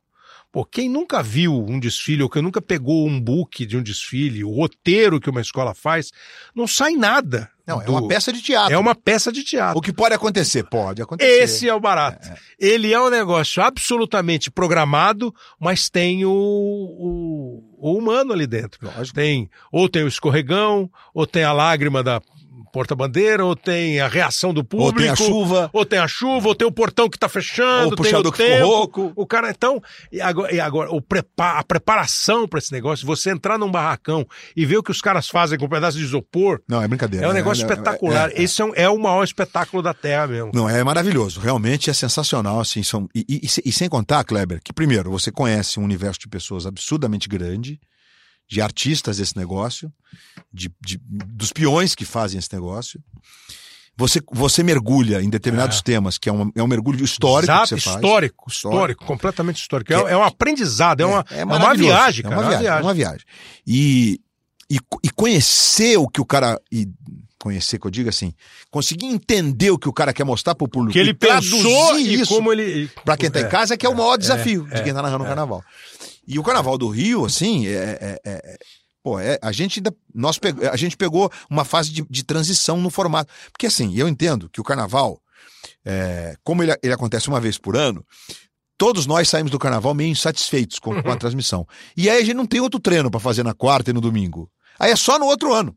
Pô, quem nunca viu um desfile, ou quem nunca pegou um book de um desfile, o roteiro que uma escola faz, não sai nada. Não, é do- uma peça de teatro. é uma peça de teatro. O que pode acontecer? Pode acontecer. Esse é o barato. Ele é um negócio absolutamente programado, mas tem o, o- o humano ali dentro. Lógico. Tem, ou tem o escorregão, ou tem a lágrima da porta-bandeira, ou tem a reação do Ou público. tem a chuva, Ou tem a chuva, ou tem o portão que tá fechando, ou o puxador que tem o ficou tempo. rouco. O cara, então, e agora, e agora, o prepa- a preparação para esse negócio, você entrar num barracão e ver o que os caras fazem com um pedaço de isopor, Não, é brincadeira. é um né? negócio Não, espetacular. é, é. Esse é, um- é o maior espetáculo da Terra mesmo. Não, é maravilhoso. Realmente é sensacional, assim. São... E, e- e se- e sem contar, Kleber, que primeiro, você conhece um universo de pessoas absurdamente grande, de artistas desse negócio, de, de- dos peões que fazem esse negócio. Você, você mergulha em determinados temas, que é um, é um mergulho histórico Exato, que você faz. histórico, histórico, Histórico. completamente histórico. É, é um aprendizado, é, uma, é uma maravilhoso. viagem, É cara. uma viagem. é uma viagem. E, e, co- e conhecer o que o cara. E conhecer, que eu digo assim, conseguir entender o que o cara quer mostrar pro público. Que ele e traduzir pensou e isso como ele. Pra quem tá em É. casa, é que é o maior desafio de quem tá narrando o carnaval. E o carnaval do Rio, assim, é. é- é- é- pô, é- a gente ainda. Nós pe- a gente pegou uma fase de, de transição no formato. Porque, assim, eu entendo que o carnaval, é, como ele, ele acontece uma vez por ano. Todos nós saímos do carnaval meio insatisfeitos com, com a transmissão. E aí a gente não tem outro treino pra fazer na quarta e no domingo. Aí é só no outro ano.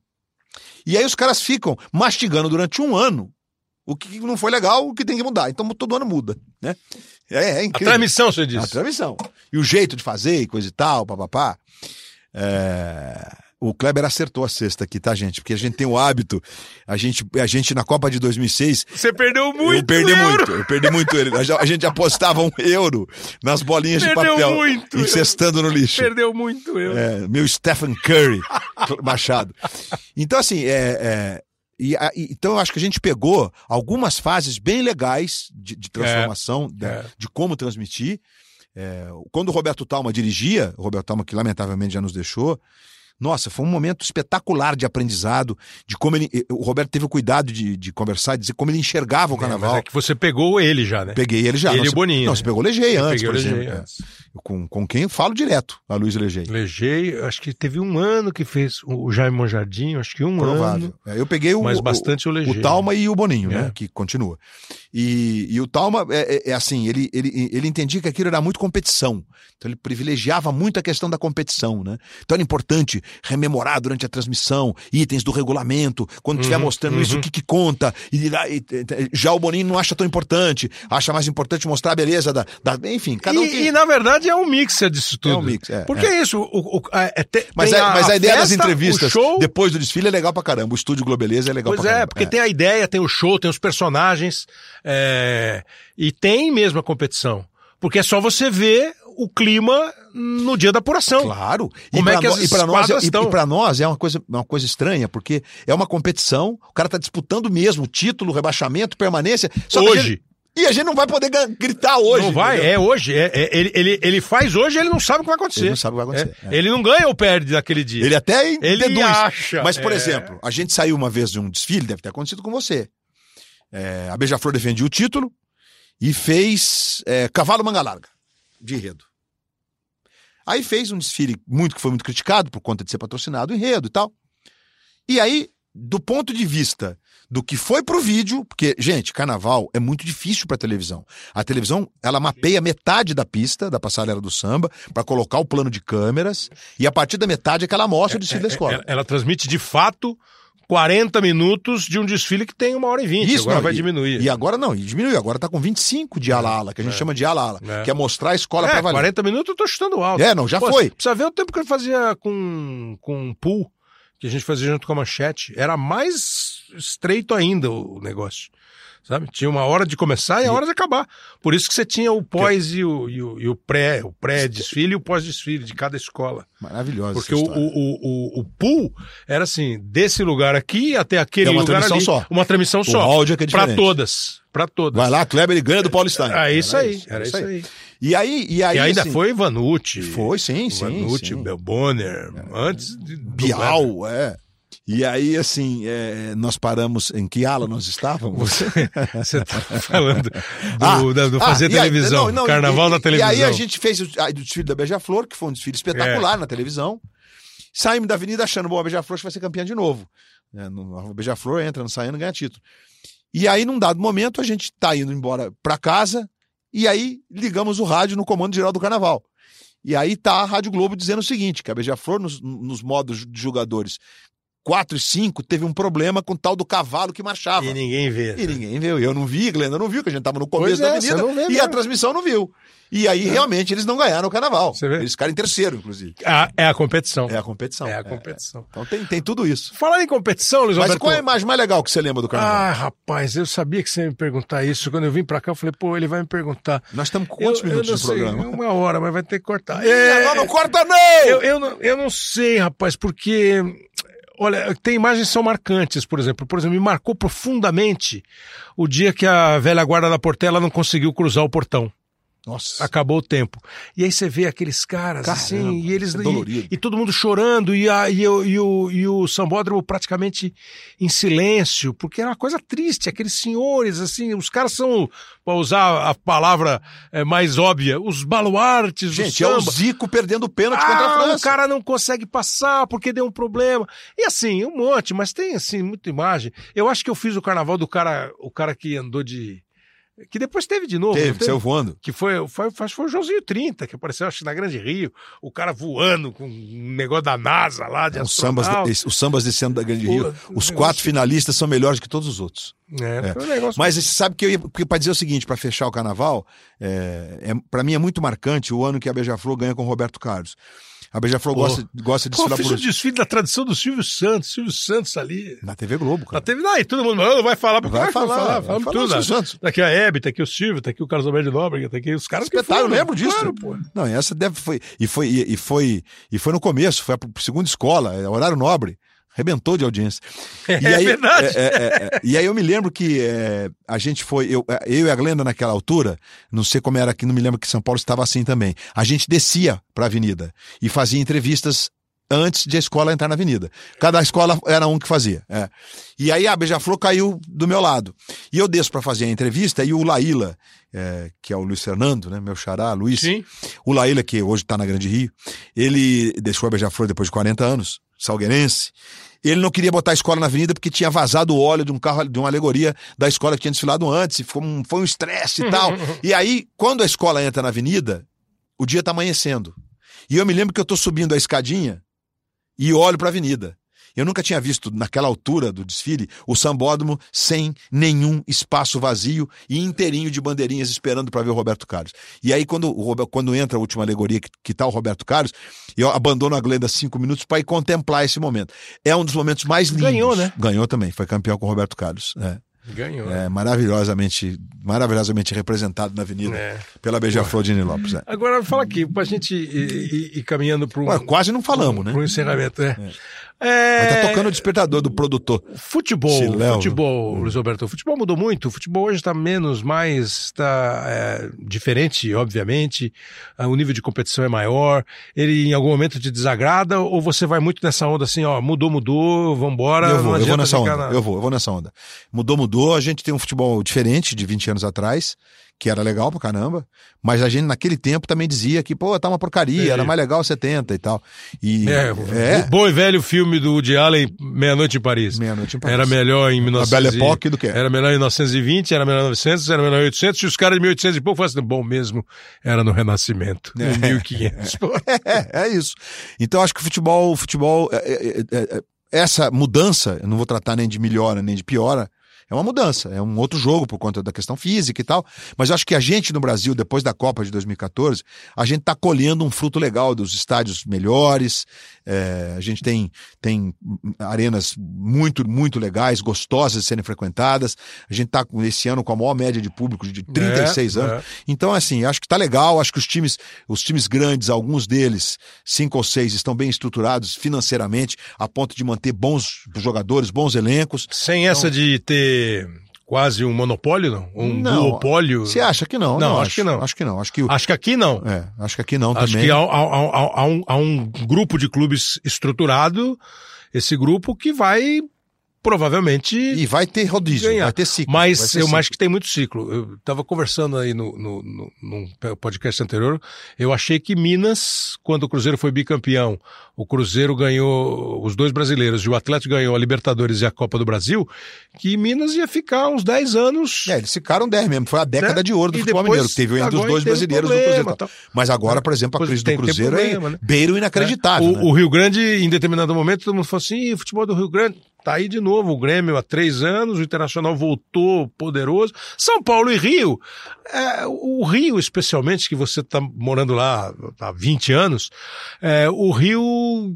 E aí os caras ficam mastigando durante um ano o que não foi legal, o que tem que mudar. Então todo ano muda, né? É, é A incrível. transmissão, você A disse. transmissão. E o jeito de fazer e coisa e tal, papapá. É... O Kleber acertou a sexta aqui, tá, gente? Porque a gente tem o hábito, a gente, a gente na Copa de 2006, Você perdeu muito. eu perdi euro. muito, eu perdi muito ele. A gente- A gente apostava um euro nas bolinhas de Perdeu papel, muito. incestando no lixo. Perdeu muito eu. É, meu Stephen Curry Machado. Então, assim, é, é, e a- e- então eu acho que a gente pegou algumas fases bem legais de, de transformação, da- é. de como transmitir. É, quando o Roberto Talma dirigia, o Roberto Talma, que lamentavelmente já nos deixou, nossa, foi um momento espetacular de aprendizado, de como ele. O Roberto teve o cuidado de, de conversar, de dizer como ele enxergava o Mas carnaval. é que você pegou ele já, né? Peguei ele já. Ele não, e o você- Boninho, Não, né? você pegou o Legei Eu antes, peguei por o exemplo. Legei é. antes. Com, com quem eu falo direto, a Luiz Legei. Legei, acho que teve um ano que fez o o Jaime Monjardim, acho que um Provável. ano. É, eu peguei o, Mas o- bastante o o, Legei. Talma e o Boninho, É. né? Que continua. E, e o Talma, é, é- é assim, ele, ele, ele entendia que aquilo era muito competição. Então ele privilegiava muito a questão da competição, né? Então era importante rememorar durante a transmissão itens do regulamento, quando Uhum, estiver mostrando isso, o que, que conta. E, lá- e- e- já o Boninho não acha tão importante, acha mais importante mostrar a beleza da. da- enfim, cada um e, tem. e, na verdade verdade, é um mixer disso tudo. É um mix, é, Porque é isso. O, o- a- é te- Mas, tem é- mas a, ideia das festa, entrevistas O show, depois do desfile é legal pra caramba. O estúdio Globeleza é legal Pois pra caramba. é, porque tem a ideia, tem o show, tem os personagens, é, e tem mesmo a competição. Porque é só você ver o clima no dia da apuração. Claro. Como é pra que nó- as pra nós, quadras e, estão? e pra nós é uma coisa, uma coisa estranha, porque é uma competição, o cara tá disputando mesmo título, rebaixamento, permanência. só que a Hoje. gente- e a gente não vai poder gan- gritar hoje. não vai, entendeu? é hoje. É, é- ele, ele, ele faz hoje ele não sabe o que vai acontecer. Ele não sabe o que vai acontecer, É, é. Ele não ganha ou perde naquele dia. Ele é até Ele deduz. acha, Mas, por é. exemplo, a gente saiu uma vez de um desfile, deve ter acontecido com você. É, a Beija-Flor defendia o título e fez é, Cavalo Manga Larga, de enredo. Aí fez um desfile muito que foi muito criticado por conta de ser patrocinado, enredo e tal. E aí, do ponto de vista do que foi pro vídeo, porque, gente, carnaval é muito difícil pra televisão. A televisão, ela mapeia metade da pista, da passarela do samba, pra colocar o plano de câmeras, e a partir da metade é que ela mostra o desfile da escola. Ela, ela transmite de fato 40 minutos de um desfile que tem uma hora e vinte. Agora não, vai e- diminuir. E agora não, e diminuiu. Agora tá com 25 de ala-ala, que a gente chama de ala-ala, é, É. que é mostrar a escola pra é, valer. 40 minutos eu tô chutando alto. É, não, já Pô, foi. Precisa ver o tempo que eu fazia com, com um pool, que a gente fazia junto com a manchete. Era mais estreito ainda o negócio. Sabe? Tinha uma hora de começar e a hora de acabar. Por isso que você tinha o pós e o, e o, e o pré, o pré-desfile e o pós-desfile de cada escola. Maravilhosa. Porque essa o, história. o, o, o pool era assim, desse lugar aqui até aquele É uma lugar transmissão ali. só. Uma transmissão só. áudio é que é Pra diferente. todas. Pra todas. Vai lá, Kleber e ganha do Paulo Stein. É isso Era aí, era isso aí. E aí, e aí E ainda assim, foi Vanucci. Foi, sim, sim. Vanucci, sim. É. Belboner, antes de... do Kleber. Bial, é. E aí, assim, é, nós paramos. Em que ala nós estávamos? Você, você tá falando do, Ah, da- do ah, fazer e aí- televisão, não, não, carnaval e- da televisão. E aí a gente fez o, aí, do desfile da Beija-Flor, que foi um desfile É. espetacular na televisão. Saímos da avenida achando, bom, a Beija-Flor acho que vai ser campeã de novo. É, no- a Beija-Flor entra no saindo e ganha título. E aí, num dado momento, a gente tá indo embora pra casa e aí ligamos o rádio no Comando Geral do Carnaval. E aí tá a Rádio Globo dizendo o seguinte, que a Beija-Flor, nos, nos modos de jogadores 4 e 5, teve um problema com o tal do cavalo que marchava. E ninguém vê. E ninguém viu. Eu não vi, Glenda não viu, que a gente tava no Pois começo é, da você avenida não vê e mesmo. É. a transmissão não viu. E aí, realmente, eles não ganharam o carnaval. Você vê? Eles ficaram em terceiro, inclusive. Ah, é a competição. É a competição. É a competição. Então tem, tem tudo isso. Falar em competição, Luiz Mas Alberto, qual é a imagem mais legal que você lembra do carnaval? Ah, rapaz, eu sabia que você ia me perguntar isso. Quando eu vim pra cá, eu falei, pô, ele vai me perguntar. Nós estamos com quantos eu, minutos eu não de sei, programa? Uma hora, mas vai ter que cortar. Não, É, não corta, não! eu, eu, não, eu não sei, rapaz, porque. Olha, tem imagens que são marcantes, por exemplo. Por exemplo, me marcou profundamente o dia que a velha guarda da Portela não conseguiu cruzar o portão. Nossa. Acabou o tempo. E aí você vê aqueles caras, Caramba, assim, e eles. isso é e- dolorido. e, todo mundo chorando, e, a, e, o- e o, e o sambódromo praticamente em silêncio, porque era uma coisa triste. Aqueles senhores, assim, os caras são, para usar a palavra eh, mais óbvia, os baluartes Gente, é do o samba. Zico perdendo o pênalti contra a Ah, o França. cara não consegue passar porque deu um problema. E assim, um monte, mas tem assim, muita imagem. Eu acho que eu fiz o carnaval do cara, o cara que andou de. Que depois teve de novo. não Teve, saiu voando. que foi, foi, acho que foi o Joãozinho 30, que apareceu, acho que na Grande Rio, o cara voando com um negócio da NASA lá, de Os É, sambas, astronauta. os sambas descendo da Grande O- Rio. Os quatro finalistas são melhores que todos os outros. É, foi um negócio... Mas você sabe que eu ia porque pra dizer o seguinte, pra fechar o carnaval, é, é, para mim é muito marcante o ano que a Beija-Flor ganha com o Roberto Carlos. A Beija-Flor Pô. gosta, gosta de Pô, eu desfilar fiz o por... desfile da tradição do Silvio Santos, Silvio Santos ali... na TV Globo, Lá cara. teve, Tá aí todo mundo, não, não vai falar, porque Vai vai, falar, falar, vai falamos falar, tudo. Silvio né? Santos. Tá aqui a Hebe, tá aqui o Silvio, tá aqui o Carlos Alberto de Nóbrega, tá aqui os caras que Espetáculo, eu foram, lembro disso. Claro, pô. Não, essa deve foi e foi e, e foi e foi no começo, foi a segunda escola, é, horário nobre, arrebentou de audiência. E É verdade. é, é, e aí eu me lembro que é, a gente foi eu, é, eu e a Glenda naquela altura, não sei como era aqui, não me lembro que São Paulo estava assim também. A gente descia para a avenida e fazia entrevistas antes de a escola entrar na avenida. Cada escola era um que fazia. é. E aí a Beija-Flor caiu do meu lado. E eu desço para fazer a entrevista e o Laíla, é, que é o Luiz Fernando, né, meu xará, Luiz. Sim. O Laíla, que hoje está na Grande Rio, ele deixou a Beija-Flor depois de 40 anos, salgueirense. Ele não queria botar a escola na avenida porque tinha vazado o óleo de um carro, de uma alegoria da escola que tinha desfilado antes, e foi um, foi um estresse e tal. E aí, quando a escola entra na avenida, o dia tá amanhecendo. E eu me lembro que eu tô subindo a escadinha e olho pra avenida. Eu nunca tinha visto, naquela altura do desfile, o sambódromo sem nenhum espaço vazio e inteirinho de bandeirinhas esperando para ver o Roberto Carlos. E aí, quando, o Roberto, quando entra a última alegoria que, que tá o Roberto Carlos, eu abandono a Glenda cinco minutos para ir contemplar esse momento. É um dos momentos mais lindos. Ganhou, né? Ganhou também, foi campeão com o Roberto Carlos. É. Ganhou. É, maravilhosamente, maravilhosamente representado na avenida É. pela Beija-Flor de Nini Lopes. é. Agora, fala aqui, pra gente ir, ir- ir caminhando pro, Ué, quase não falamos, né? pro encerramento, né? Mas É, tá tocando né? Hum. o despertador do produtor. Futebol, Chiléu, futebol, Luiz Alberto. O futebol mudou muito. O futebol hoje está menos, mais tá é, diferente, obviamente. Ah, O nível de competição é maior. Ele em algum momento te desagrada ou você vai muito nessa onda assim, ó, mudou, mudou, vambora. eu não vou, eu adianta vou nessa ficar onda. na- Eu vou, eu vou nessa onda. Mudou, mudou. A gente tem um futebol diferente de 20 anos atrás, que era legal pra caramba. Mas a gente, naquele tempo, também dizia que, pô, tá uma porcaria, era mais legal 70 e tal. E, É, o bom e velho filme do Woody Allen, Meia-Noite em Paris. Meia-Noite em Paris. Era melhor em A 1900 Belle e- Époque do que era. Era melhor em 1920, era melhor em 900, era melhor em 800. E os caras de 1800 e pouco falaram assim, bom mesmo, era no Renascimento, em 1500. É, é isso. Então acho que o futebol, o futebol, é, é, é, é, essa mudança, eu não vou tratar nem de melhora nem de piora, é uma mudança, é um outro jogo por conta da questão física e tal. Mas eu acho que a gente no Brasil, depois da Copa de 2014, a gente está colhendo um fruto legal dos estádios melhores. é, a gente tem, tem arenas muito, muito legais, gostosas de serem frequentadas. A gente está esse ano com a maior média de público de 36 É, anos. é. Então, assim, acho que tá legal, acho que os times, os times grandes, alguns deles, cinco ou seis, estão bem estruturados financeiramente, a ponto de manter bons jogadores, bons elencos. Sem essa Então- de ter quase um monopólio, não? Um duopólio? Você acha que não? né? Não, acho que não. Acho que não. Acho que, Acho que aqui não. é, acho que aqui não Acho também. que há, há- há- há- há um, há um grupo de clubes estruturado, esse grupo que vai provavelmente E vai ter rodízio, ganhar. vai ter ciclo. vai Mas ter eu ciclo. acho que tem muito ciclo. Eu estava conversando aí no, no, no- num podcast anterior. Eu achei que Minas, quando o Cruzeiro foi bicampeão, o Cruzeiro ganhou os dois brasileiros e o Atlético ganhou a Libertadores e a Copa do Brasil, que Minas ia ficar uns 10 anos. É, eles ficaram 10 mesmo. Foi a década Né? de ouro do E futebol depois mineiro. que Teve entre os agora dois teve brasileiros problema, do Cruzeiro. e tal. tal. Mas agora, por exemplo, a Pois crise tem- do tem Cruzeiro problema, é né? beiro inacreditável. O, né? o Rio Grande, em determinado momento, todo mundo falou assim: "Ih, futebol do Rio Grande tá aí de novo. O Grêmio há três anos, o Internacional voltou poderoso. São Paulo e Rio. é, o Rio, especialmente, que você tá morando lá há 20 anos, é, o Rio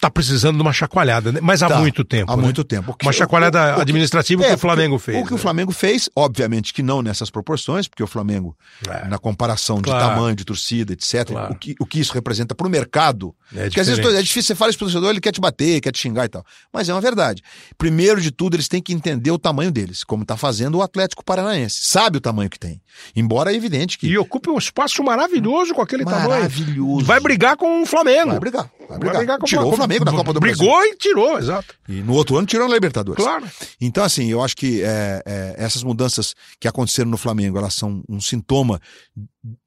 tá precisando de uma chacoalhada, né? mas há Tá, muito tempo. Há né? muito tempo. O que- Uma chacoalhada o- o- o que- administrativa que É, o Flamengo fez. O que o né? Flamengo fez, obviamente que não nessas proporções, porque o Flamengo, É. na comparação Claro. de tamanho, de torcida, etc., Claro. o, que, o que isso representa para o mercado. É porque às vezes diferente. é difícil, você fala isso pro torcedor, ele quer te bater, quer te xingar e tal. Mas é uma verdade. Primeiro de tudo, eles têm que entender o tamanho deles, como está fazendo o Atlético Paranaense. Sabe o tamanho que tem. Embora é evidente que. E ocupa um espaço maravilhoso com aquele tamanho. maravilhoso. Vai brigar com o Flamengo. Vai brigar. Vai brigar. Vai brigar com Tirou o Flamengo da Copa do Brigou e tirou, exato. Brasil. E no outro ano tirou na Libertadores. Claro. Então, assim, eu acho que é, é, essas mudanças que aconteceram no Flamengo, elas são um sintoma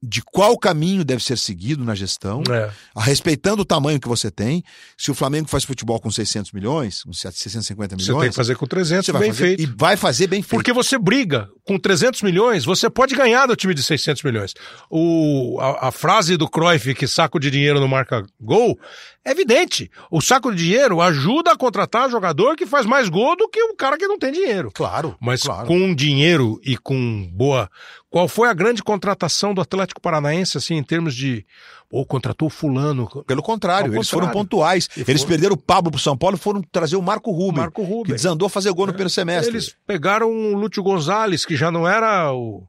de qual caminho deve ser seguido na gestão, É. a- respeitando o tamanho que você tem. Se o Flamengo faz futebol com 600 milhões, uns 650 Você tem milhões, que fazer com 300, você vai bem fazer feito. e vai fazer bem feito. Porque você briga com 300 milhões, você pode ganhar do time de 600 milhões. O, a, a frase do Cruyff, que saco de dinheiro não marca gol, é evidente. O saco de dinheiro ajuda a contratar jogador que faz mais gol do que o cara que não tem dinheiro. Claro, Mas claro. com dinheiro e com boa. Qual foi a grande contratação do Atlético Paranaense, assim, em termos de. Ou contratou fulano. Pelo contrário, Ao eles contrário. foram pontuais. E Eles foram- perderam o Pablo pro São Paulo e foram trazer o Marco Rubens, Marco Rubens. que desandou a fazer gol no primeiro semestre. Eles pegaram o Lúcio Gonzalez, que já não era o,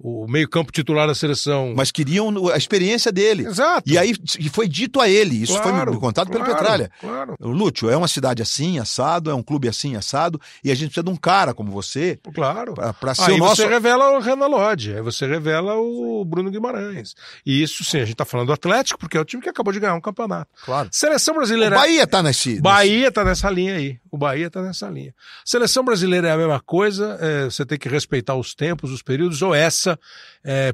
o meio-campo titular da seleção. Mas queriam a experiência dele. Exato. E aí e foi dito a ele, isso foi me contado pelo Petralha. Claro. Lúcio, é uma cidade assim, assado, é um clube assim, assado, e a gente precisa de um cara como você Claro. para ser Aí o nosso. você revela o Renan Lodge, aí você revela o Bruno Guimarães. E isso sim, a gente tá falando do Atlético, porque é o time que acabou de ganhar um campeonato. Claro. Seleção O brasileira. é- Bahia tá nesse. nesse- Bahia tá nessa linha aí. O Bahia tá nessa linha. Seleção brasileira é a mesma coisa, é, você tem que respeitar os tempos, os períodos, ou essa é,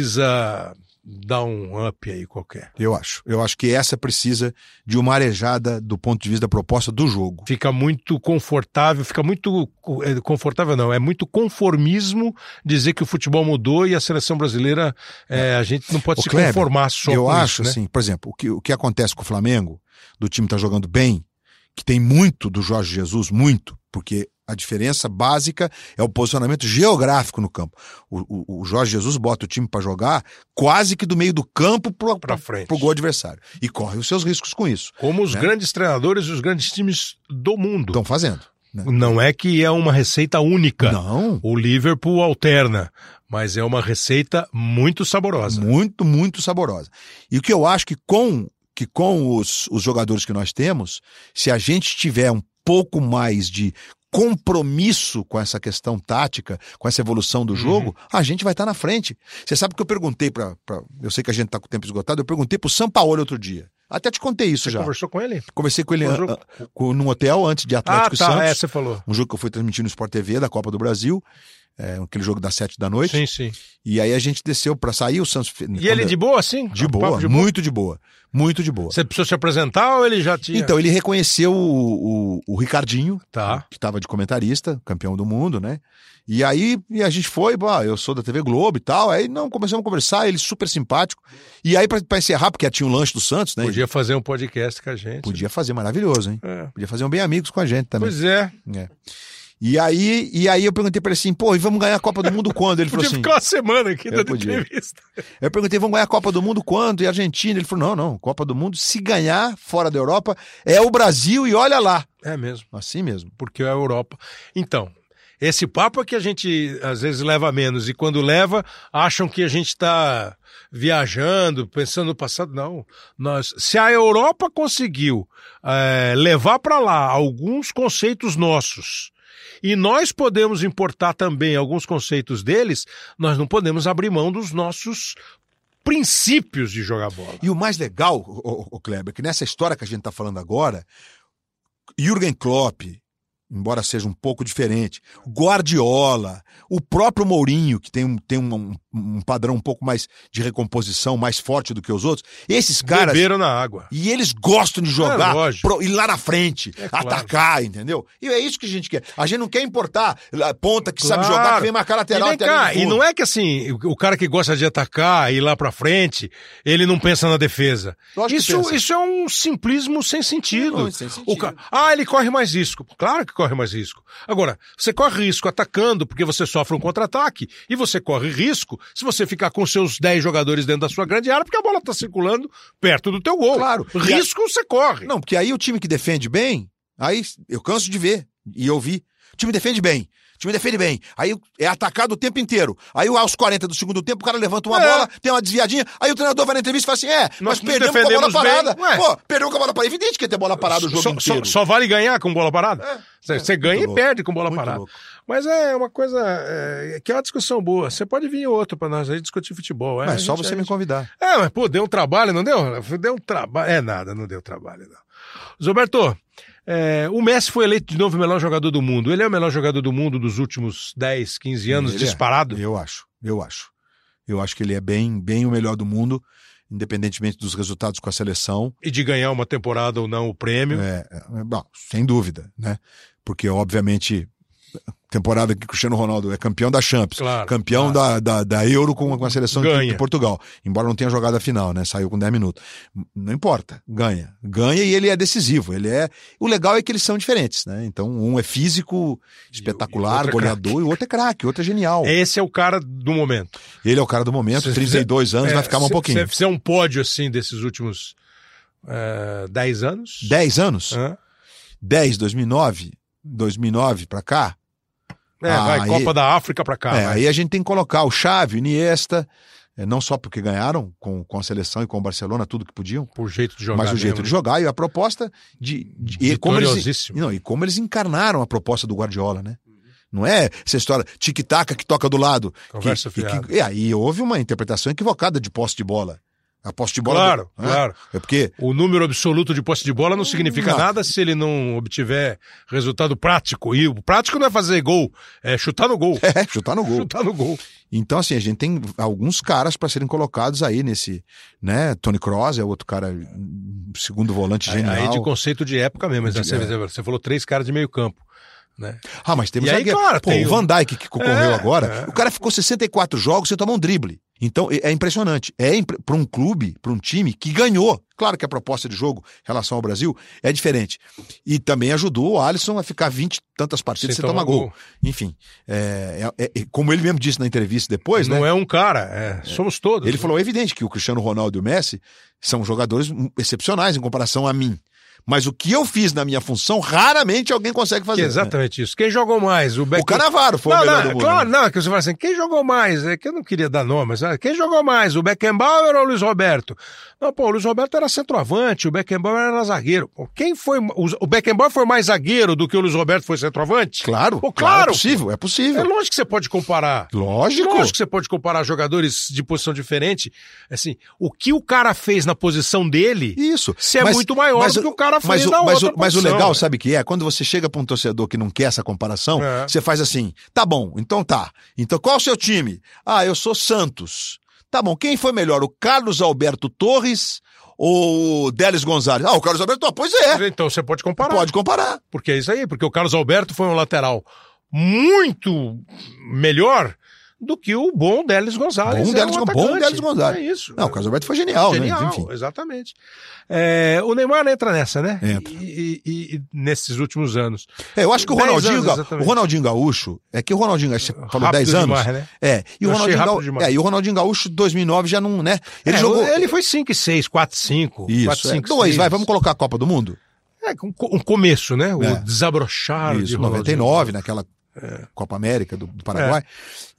precisa dar um up aí qualquer. Eu acho. Eu acho que essa precisa de uma arejada do ponto de vista da proposta do jogo. Fica muito confortável, fica muito. é, Confortável não, é muito conformismo dizer que o futebol mudou e a seleção brasileira, é, a gente não pode Ô, se Kleber, conformar só eu com isso, acho né? assim, por exemplo, o que, o que acontece com o Flamengo, do time tá jogando bem, que tem muito do Jorge Jesus, muito, porque a diferença básica é o posicionamento geográfico no campo. O, o, o Jorge Jesus bota o time para jogar quase que do meio do campo Pra frente. para o gol adversário. E corre os seus riscos com isso. Como os né? grandes treinadores e os grandes times do mundo. Estão fazendo. né? Não é que é uma receita única. Não. O Liverpool alterna, mas é uma receita muito saborosa. Muito, muito saborosa. E o que eu acho que com, que com os, os jogadores que nós temos, se a gente tiver um pouco mais de compromisso com essa questão tática, com essa evolução Uhum. do jogo, a gente vai estar na frente. Você sabe que eu perguntei para, eu sei que a gente tá com o tempo esgotado, eu perguntei pro Sampaoli outro dia. Até te contei isso já. Conversou com ele? Conversei com ele Mas an- eu- an- com- num hotel antes de Ah, Atlético e tá. Santos. É, você falou. Um jogo que eu fui transmitir no Sport TV da Copa do Brasil, é, aquele jogo das sete da noite. Sim, sim. E aí a gente desceu para sair o Santos. E ele de boa, assim? sim? De boa, muito de boa. Muito de boa. Você precisou se apresentar ou ele já tinha? Então, ele reconheceu o, o- o Ricardinho, Tá. que estava de comentarista, campeão do mundo, né? E aí e a gente foi, pô, eu sou da TV Globo e tal. Aí não, começamos a conversar, ele super simpático. E aí, pra pra encerrar, porque tinha um lanche do Santos, né? Podia fazer um podcast com a gente. Podia fazer, maravilhoso, hein? É. Podia fazer um bem amigos com a gente também. Pois é. É. E aí, e aí eu perguntei pra ele assim, pô, e vamos ganhar a Copa do Mundo quando? Ele falou Podia assim. ficar uma semana aqui Eu dando podia. entrevista. Eu perguntei, vamos ganhar a Copa do Mundo quando? E a Argentina? Ele falou, não, não, Copa do Mundo, se ganhar fora da Europa, é o Brasil e olha lá. É mesmo, Assim mesmo. porque é a Europa. Então, esse papo é que a gente às vezes leva menos. E quando leva, acham que a gente está viajando, pensando no passado. Não. Nós, se a Europa conseguiu eh, levar para lá alguns conceitos nossos. E nós podemos importar também alguns conceitos deles, nós não podemos abrir mão dos nossos princípios de jogar bola. E o mais legal, o, Kleber, que nessa história que a gente está falando agora, Jürgen Klopp, embora seja um pouco diferente, Guardiola, o próprio Mourinho, que tem, um, tem um, um- um padrão um pouco mais de recomposição, mais forte do que os outros, esses caras... Beberam na água. E eles gostam de É jogar lógico. pro- ir lá na frente, É claro. atacar, entendeu? E é isso que a gente quer. A gente não quer importar lá, ponta que sabe jogar, que Claro. vem marcar lateral e, vem até cá, ali no e fundo. não é que assim, o o cara que gosta de atacar e ir lá pra frente, ele não pensa na defesa. Lógico que Isso, pensa. isso é um simplismo sem sentido. Não, sem sentido. O ca- Ah, ele corre mais risco. Claro que corre mais risco. Agora, você corre risco atacando porque você sofre um contra-ataque e você corre risco se você ficar com seus 10 jogadores dentro da sua grande área porque a bola tá circulando perto do teu gol. Claro. Risco você corre. Não, porque aí o time que defende bem, aí eu canso de ver e ouvir. O time defende bem. O time defende bem. Aí é atacado o tempo inteiro. Aí aos 40 do segundo tempo, o cara levanta uma É. bola, tem uma desviadinha. Aí o treinador vai na entrevista e fala assim: é, Nós mas nos perdemos com a bola defendemos bem. parada. Ué. Pô, perdeu com a bola parada. É Evidente que ia ter bola parada o jogo só, só- inteiro. É, só vale ganhar com bola parada? Você você ganha muito e louco. perde com bola Muito parada. Tá louco. Mas é uma coisa é, que é uma discussão boa. Você pode vir outro para nós aí discutir futebol. É Mas A só gente- você a me gente- convidar. É, mas pô, deu um trabalho, não deu? Deu um trabalho. É nada, não deu trabalho, não. Gilberto, é, o Messi foi eleito de novo o melhor jogador do mundo. Ele é o melhor jogador do mundo dos últimos 10, 15 anos, Ele é. disparado. Eu acho, eu acho. Eu acho que ele é bem, bem o melhor do mundo, independentemente dos resultados com a seleção. E de ganhar uma temporada ou não o prêmio. É, é, bom, sem dúvida, né? Porque, obviamente, temporada que Cristiano Ronaldo é campeão da Champions, Claro, campeão da, da, da Euro com, com a seleção de, Ganha. de Portugal. Embora não tenha jogado a final, né? Saiu com 10 minutos. M- Não importa, ganha. Ganha e ele é decisivo. Ele é. O legal é que eles são diferentes, né? Então, um é físico, espetacular, outro é goleador, e o outro é craque, o outro é genial. Esse é o cara do momento. Ele é o cara do momento, Se- 32 anos, É, vai ficar mais um se- pouquinho. Se você fizer um pódio assim desses últimos eh, 10 anos. 10 anos? Hã? 10, 2009, 2009 pra cá. É, Ah, vai, aí- Copa da África pra cá. é, vai. aí a gente tem que colocar o Xavi, o Iniesta, é, não só porque ganharam com, com a seleção e com o Barcelona tudo que podiam, Por jeito de jogar. mas o jeito mesmo, né? de jogar e a proposta de, de- e como eles Vitoriosíssimo. Uhum. não, e como eles encarnaram a proposta do Guardiola, né? Não é essa história tic-tac que toca do lado. Conversa que, e fiada. que, e aí houve uma interpretação equivocada de posse de bola. A posse de bola. Claro, do- né? claro. É porque O número absoluto de posse de bola não significa Não. nada se ele não obtiver resultado prático. E o prático não é fazer gol, é chutar no gol. é, chutar no gol. Chutar no gol. Então, assim, a gente tem alguns caras para serem colocados aí nesse, né? Tony Kroos é outro cara, um segundo volante Aí- genial. Aí de conceito de época mesmo. mas é De- você, você falou três caras de meio campo. Né? Ah, mas temos E aí, zagueiro. claro, Pô, tem o o- Van Dijk que concorreu É, agora, é. o cara ficou 64 jogos sem tomar um drible. Então é impressionante. É impre... para um clube, para um time que ganhou. Claro que a proposta de jogo em relação ao Brasil é diferente. E também ajudou o Alisson a ficar 20 tantas partidas Sem sem tomar tomar gol. Enfim, é, é- é- como ele mesmo disse na entrevista depois, né? Não é um cara, é, somos todos. Ele falou: é evidente que o Cristiano Ronaldo e o Messi são jogadores excepcionais em comparação a mim. Mas o que eu fiz na minha função, raramente alguém consegue Que fazer. é né? exatamente isso. Quem jogou mais? O, Beck... O Canavaro foi não, o melhor não, é do mundo. Claro, não, que você fala assim, quem jogou mais? É que eu não queria dar nome, mas ah, quem jogou mais? O Beckenbauer ou o Luiz Roberto? Não, pô, o Luiz Roberto era centroavante, o Beckenbauer era zagueiro. Pô, Quem foi. O o Beckenbauer foi mais zagueiro do que o Luiz Roberto foi centroavante? Claro, Pô, claro, é claro. possível, é É possível. lógico que você pode comparar. Lógico. Lógico que você pode comparar jogadores de posição diferente. Assim, o que o cara fez na posição dele. Isso. Se é muito maior do que o cara fez mas, o- na mas, outra o- mas o posição, legal, né? sabe o que é? Quando você chega pra um torcedor que não quer essa comparação, É. você faz assim: tá bom, então tá. Então qual é o seu time? Ah, eu sou Santos. Tá bom, quem foi melhor, o Carlos Alberto Torres ou o Délis Gonzalez? Ah, o Carlos Alberto Torres, pois é. Então você pode comparar. Pode comparar. Porque é isso aí, porque o Carlos Alberto foi um lateral muito melhor do que o bom Délis Gonzalez. Bom era Délis um Gon- bom atacante. Délis Gonzalez. É isso. Não, o Carlos Alberto foi genial, Genial, né? Enfim. exatamente. É, o Neymar entra nessa, né? Entra. E, e- e nesses últimos anos. É, eu acho que o Dez Ronaldinho, anos, Ga- exatamente. o Ronaldinho Gaúcho, é que o Ronaldinho Gaúcho, você falou Rápido 10 anos. demais, né? É, Eu e o achei Ronaldinho rápido Gaúcho, demais. é, e o Ronaldinho Gaúcho 2009 já não, né? Ele É, jogou Ele foi 5 e 6, 4 5. Isso, é. dois, vai, vamos colocar a Copa do Mundo? É, um, co- um começo, né? O É. desabrochar de Isso, Ronaldinho. É. 99, naquela Copa América do, do Paraguai.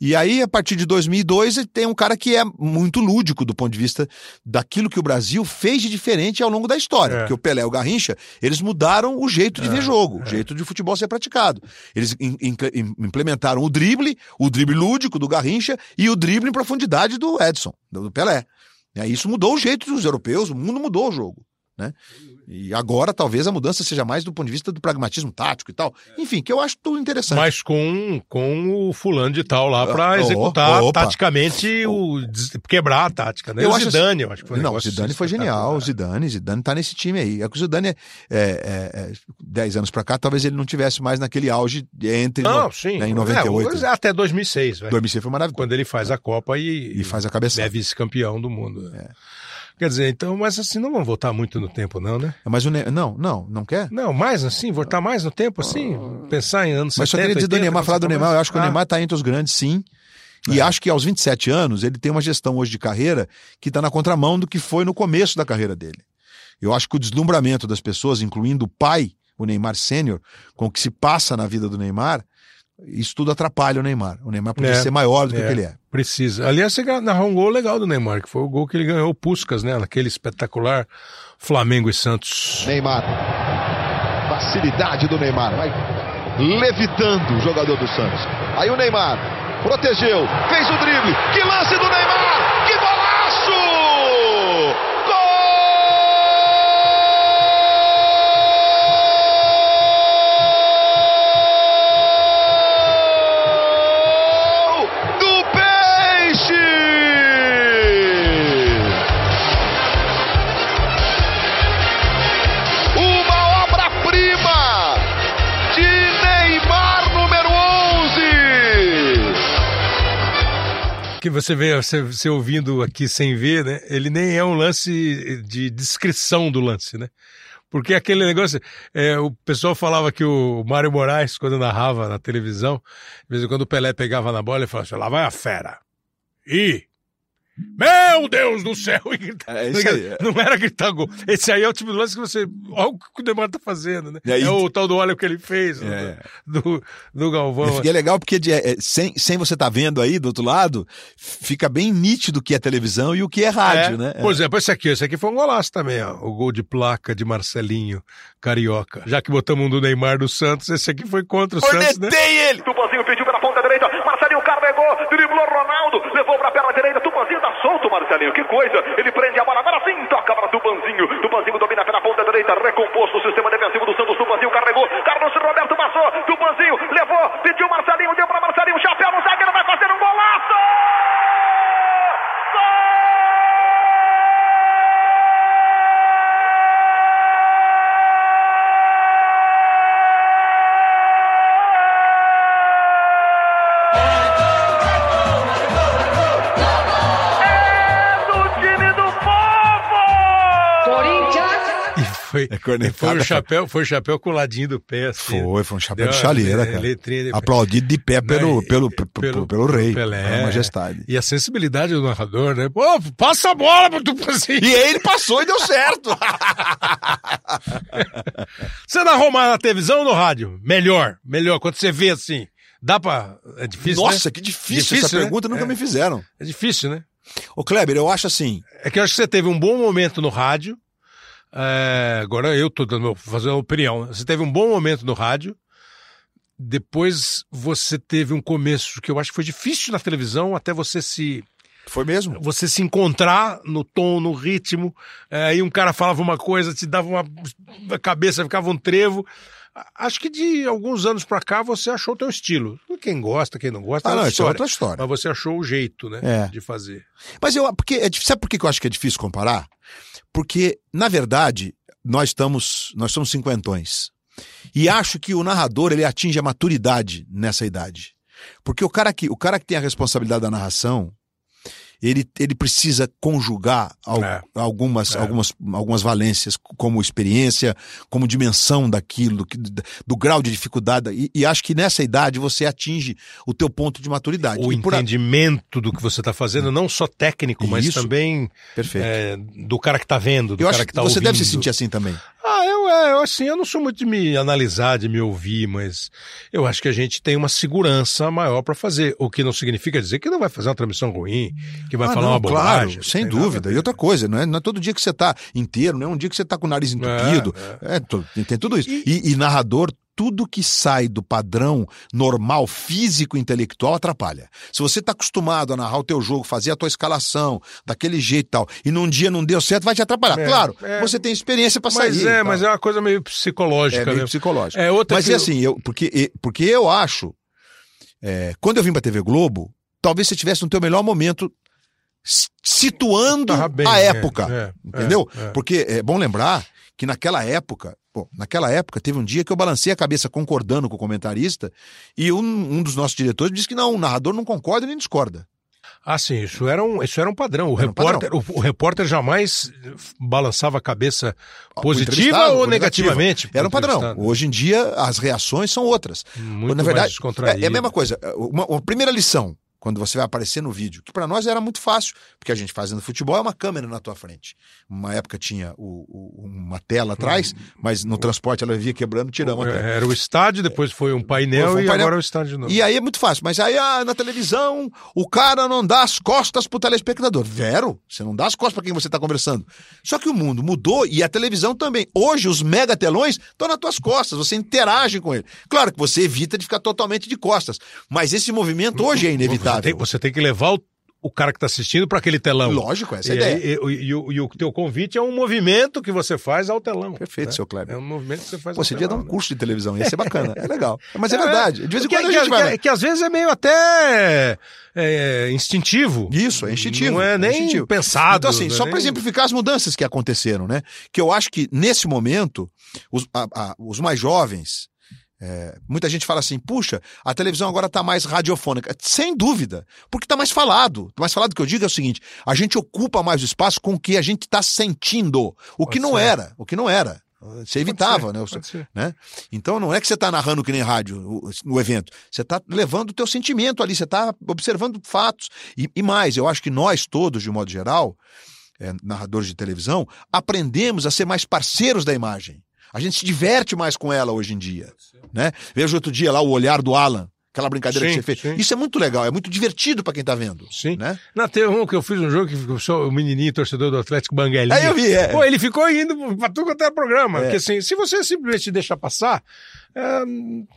E aí, a partir de 2002, ele tem um cara que é muito lúdico do ponto de vista daquilo que o Brasil fez de diferente ao longo da história. É. Porque o Pelé e o Garrincha, eles mudaram o jeito de ver É. jogo, o jeito de futebol ser praticado. Eles im- im- im- implementaram o drible, o drible lúdico do Garrincha e o drible em profundidade do Edson, do do Pelé. E aí, isso mudou o jeito dos europeus, o mundo mudou o jogo. né? E agora talvez a mudança seja mais do ponto de vista do pragmatismo tático e tal. Enfim, que eu acho tudo interessante. É. Mas com, com o fulano de tal lá pra Tá. Ah, oh, executar opa. taticamente o des- quebrar a tática, né? Eu o acho assim Zidane, eu acho que foi um não, o negócio Zidane foi genial. O Zidane, Zidane tá nesse time aí. É que o Zidane, é, é, é, é, 10 anos pra cá, talvez ele não tivesse mais naquele auge entre Não, no- sim. né, em É, 98. o- até 2006, velho. 2006 foi maravilhoso. Quando ele faz a Copa e, E faz a É. cabeça. é vice-campeão do mundo. né? Quer dizer, então, mas assim, não vamos voltar muito no tempo, não, né? Mas o Ne- Não, não, não quer? Não, mais assim, voltar mais no tempo, assim, pensar em anos 70, Ah. Mas só queria dizer do 80, Neymar, quando falar do você Neymar, eu acho que o começa- Ah. É. Neymar tá entre os grandes, sim. E acho que aos 27 anos ele tem uma gestão hoje de carreira que tá na contramão do que foi no começo da carreira dele. Eu acho que o deslumbramento das pessoas, incluindo o pai, o Neymar Sênior, com o que se passa na vida do Neymar, isso tudo atrapalha o Neymar. O Neymar podia É, ser maior do que, é. o que ele é. Precisa. Aliás, você narrou um gol legal do Neymar, que foi o gol que ele ganhou o Puskas, né? Naquele espetacular Flamengo e Santos. Neymar. Facilidade do Neymar. Vai levitando o jogador do Santos. Aí o Neymar protegeu, fez o drible. Que lance do Neymar! Que golaço! Gol do Peixe! Uma obra-prima de Neymar número 11. Que você vê, você, você ouvindo aqui sem ver, né? Ele nem é um lance de descrição do lance, né? Porque aquele negócio, é, o pessoal falava que o Mário Moraes, quando narrava na televisão, de vez em quando o Pelé pegava na bola e falava assim, lá vai a fera. E... Meu Deus do céu! E grita- É isso aí, é. Não era gritar gol. Esse aí é o tipo de lance que você. Olha o que o Neymar tá fazendo, né? E aí- É o tal do óleo que ele fez É. do, do- do Galvão. E é legal porque de- é, sem, sem você tá estar vendo aí do outro lado, fica bem nítido o que é televisão e o que é rádio, É. né? É. Por exemplo, esse aqui, esse aqui foi um golaço também, ó. O gol de placa de Marcelinho Carioca. Já que botamos um do Neymar do Santos, esse aqui foi contra o Santos, né? Cornetei ele! É. Tupanzinho pediu pela ponta direita. Marcelinho carregou, driblou Ronaldo, levou para a perna direita. Tupanzinho tá solto, Marcelinho. Que coisa! Ele prende a bola. Agora sim, toca para Tupanzinho. Tupanzinho domina pela ponta direita. Recomposto o sistema defensivo do Santos. Tupanzinho carregou. Carlos Roberto passou. Tupanzinho levou, pediu Marcelinho, deu para Marcelinho. Chapéu no zagueiro, vai fazer um golaço! Gol! Foi, É cornetada, foi o cara. chapéu, foi o chapéu com o ladinho do pé. assim. Foi, foi um chapéu Deu de a- chaleira, é, cara. letrinha de- Aplaudido de pé pelo, Não, e- pelo, pelo, pelo, rei, pela majestade. E a sensibilidade do narrador, né? Pô, passa a bola pro Tupanzinho. E aí ele passou e deu certo. Você narrou mais na televisão ou no rádio? Melhor, melhor. Quando você vê assim, dá pra. É difícil. Nossa, né? que difícil, essa Difícil, né? pergunta, nunca É. me fizeram. É difícil, né? Ô Kleber, eu acho assim, É que eu acho que você teve um bom momento no rádio. É, agora eu tô dando meu, fazendo uma opinião. né? Você teve um bom momento no rádio. Depois você teve um começo que eu acho que foi difícil na televisão até você se foi mesmo? você se encontrar no tom, no ritmo. É, Aí um cara falava uma coisa, te dava uma a cabeça, ficava um trevo. A- Acho que de alguns anos pra cá você achou o teu estilo. Quem gosta, quem não gosta, Ah, não, outra isso é outra história. história. Mas você achou o jeito, né, É. de fazer. Mas eu, porque é, dif- sabe por que que eu acho que é difícil comparar? Porque, na verdade, nós estamos, nós somos cinquentões. E acho que o narrador, ele atinge a maturidade nessa idade. Porque o cara que, o cara que tem a responsabilidade da narração, ele, ele precisa conjugar al- É. algumas, É. algumas, algumas valências, c- como experiência, como dimensão daquilo, do, que- do, grau de dificuldade. E, e acho que nessa idade você atinge o teu ponto de maturidade. O E por a- entendimento do que você tá fazendo, não só técnico, mas Isso. também Perfeito. é, do cara que tá vendo, do eu cara acho que tá você ouvindo. deve se sentir assim também. Ah, eu, é, eu, assim, eu não sou muito de me analisar, de me ouvir, mas eu acho que a gente tem uma segurança maior para fazer, o que não significa dizer que não vai fazer uma transmissão ruim, que vai Ah, falar não, uma claro, bobagem. sem tem nada a dúvida. ver. E outra coisa, não é, não é todo dia que você tá inteiro, não é um dia que você tá com o nariz entupido. É, tu- tem, tem tudo isso. E, e narrador, tudo que sai do padrão normal, físico, intelectual, atrapalha. Se você tá acostumado a narrar o teu jogo, fazer a tua escalação, daquele jeito e tal, e num dia não deu certo, vai te atrapalhar. É, claro, é. você tem experiência para sair. Mas e é, tal. mas é uma coisa meio tá. É psicológica, meio né? psicológico. É outra Mas que é eu- assim, eu, porque, e- porque eu acho, é, quando eu vim pra TV Globo, talvez você tivesse no teu melhor momento s- situando Tava bem, a é, época, é, entendeu? é, é. Porque é bom lembrar que naquela época, bom, naquela época teve um dia que eu balancei a cabeça concordando com o comentarista e um, um dos nossos diretores disse que não, o narrador não concorda nem discorda. Ah, sim, isso era um, isso era um padrão. O, Era um repórter, O, o repórter jamais balançava a cabeça O positiva entrevistado, ou o negativo. negativamente. pro Era um padrão. entrevistado. Hoje em dia as reações são outras. Muito na mais verdade, descontraído. é, é a mesma coisa. Uma, uma primeira lição, quando você vai aparecer no vídeo, que para nós era muito fácil, porque a gente fazendo futebol é uma câmera na tua frente. Uma época tinha o- o- uma tela atrás, Uhum. mas no transporte ela via quebrando, tiramos a tela. É, Era o estádio, depois foi um painel Foi um e painel. agora é o estádio de novo. E aí é muito fácil, mas aí ah, na televisão o cara não dá as costas pro telespectador. Vero, você não dá as costas pra quem você tá conversando. Só que o mundo mudou e a televisão também. Hoje os megatelões estão nas tuas costas, você interage com ele. Claro que você evita de ficar totalmente de costas, mas esse movimento hoje é Você tem, inevitável. você tem que levar o, o cara que está assistindo para aquele telão. Lógico, essa é a e, aí- ideia. e- e- e o- e o teu convite é um movimento que você faz ao telão. Perfeito, né? seu Kleber. É um movimento que você faz Pô, ao você devia dar telão. um né? curso de televisão, ia ser bacana, é legal. Mas é verdade, de vez em Que- quando a que- gente que, vai... lá. que às vezes é meio até é, instintivo. Isso, é instintivo. Não é nem instintivo. pensado, Então, assim, não é só nem- para exemplificar as mudanças que aconteceram, né? Que eu acho que, nesse momento, os, a- a- os mais jovens. é, muita gente fala assim, puxa, a televisão agora tá mais radiofônica. Sem dúvida, porque tá mais falado. Mais falado que eu digo é o seguinte: a gente ocupa mais o espaço com o que a gente tá sentindo. O que Pode não ser. era, o que não era. Você evitava, né? O- pode ser. né? Então não é que você está narrando que nem rádio o, o evento. Você está levando o teu sentimento ali, você está observando fatos. E, e mais, eu acho que nós todos, de um modo geral, é, narradores de televisão, aprendemos a ser mais parceiros da imagem. A gente se diverte mais com ela hoje em dia. Né? Vejo outro dia lá o olhar do Alan, aquela brincadeira Sim, que você fez. sim. Isso é muito legal, é muito divertido para quem tá vendo. Sim. Né? Na teve um que eu fiz um jogo que ficou só o menininho torcedor do Atlético Banguelinha. Aí eu vi, é. Pô, ele ficou indo pra tudo quanto era programa. É. Porque assim, se você simplesmente deixar passar. É,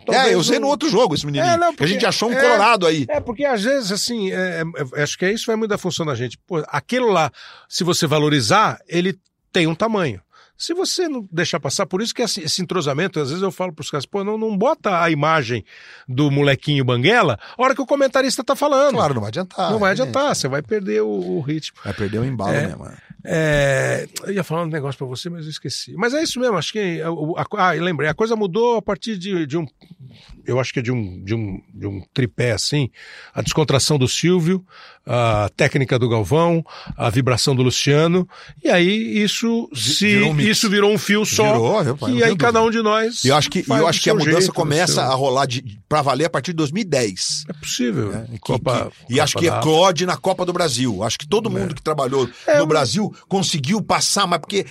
talvez É, eu sei não- no outro jogo esse menininho. É, não, que a gente porque- achou um é. colorado aí. É, porque às vezes, assim, é, é, é, acho que é isso vai muito da função da gente. Pô, aquilo lá, se você valorizar, ele tem um tamanho. Se você não deixar passar, por isso que esse, esse entrosamento, às vezes eu falo pros caras, pô, não, não bota a imagem do molequinho Banguela a hora que o comentarista tá falando. Claro, não vai adiantar. não vai evidente. adiantar, você vai perder o, o ritmo. Vai perder o embalo mesmo. né? É, eu ia falar um negócio pra você, mas eu esqueci. Mas é isso mesmo, acho que. o- a co- ah, e lembrei, a coisa mudou a partir de, de um. Eu acho que é de um, de, um, de um tripé assim: a descontração do Silvio, a técnica do Galvão, a vibração do Luciano. E aí isso se. virou um mix. isso virou um fio só. Virou, eu- eu não e aí tenho cada um de nós. E eu acho que, e faz eu do acho que a seu mudança jeito, do começa seu- a rolar de, pra valer a partir de 2010. É possível. né? Que- Copa- que- e acho Copa É. que da é COD na Copa do Brasil. Acho que todo mundo que trabalhou no Brasil conseguiu passar, mas porque.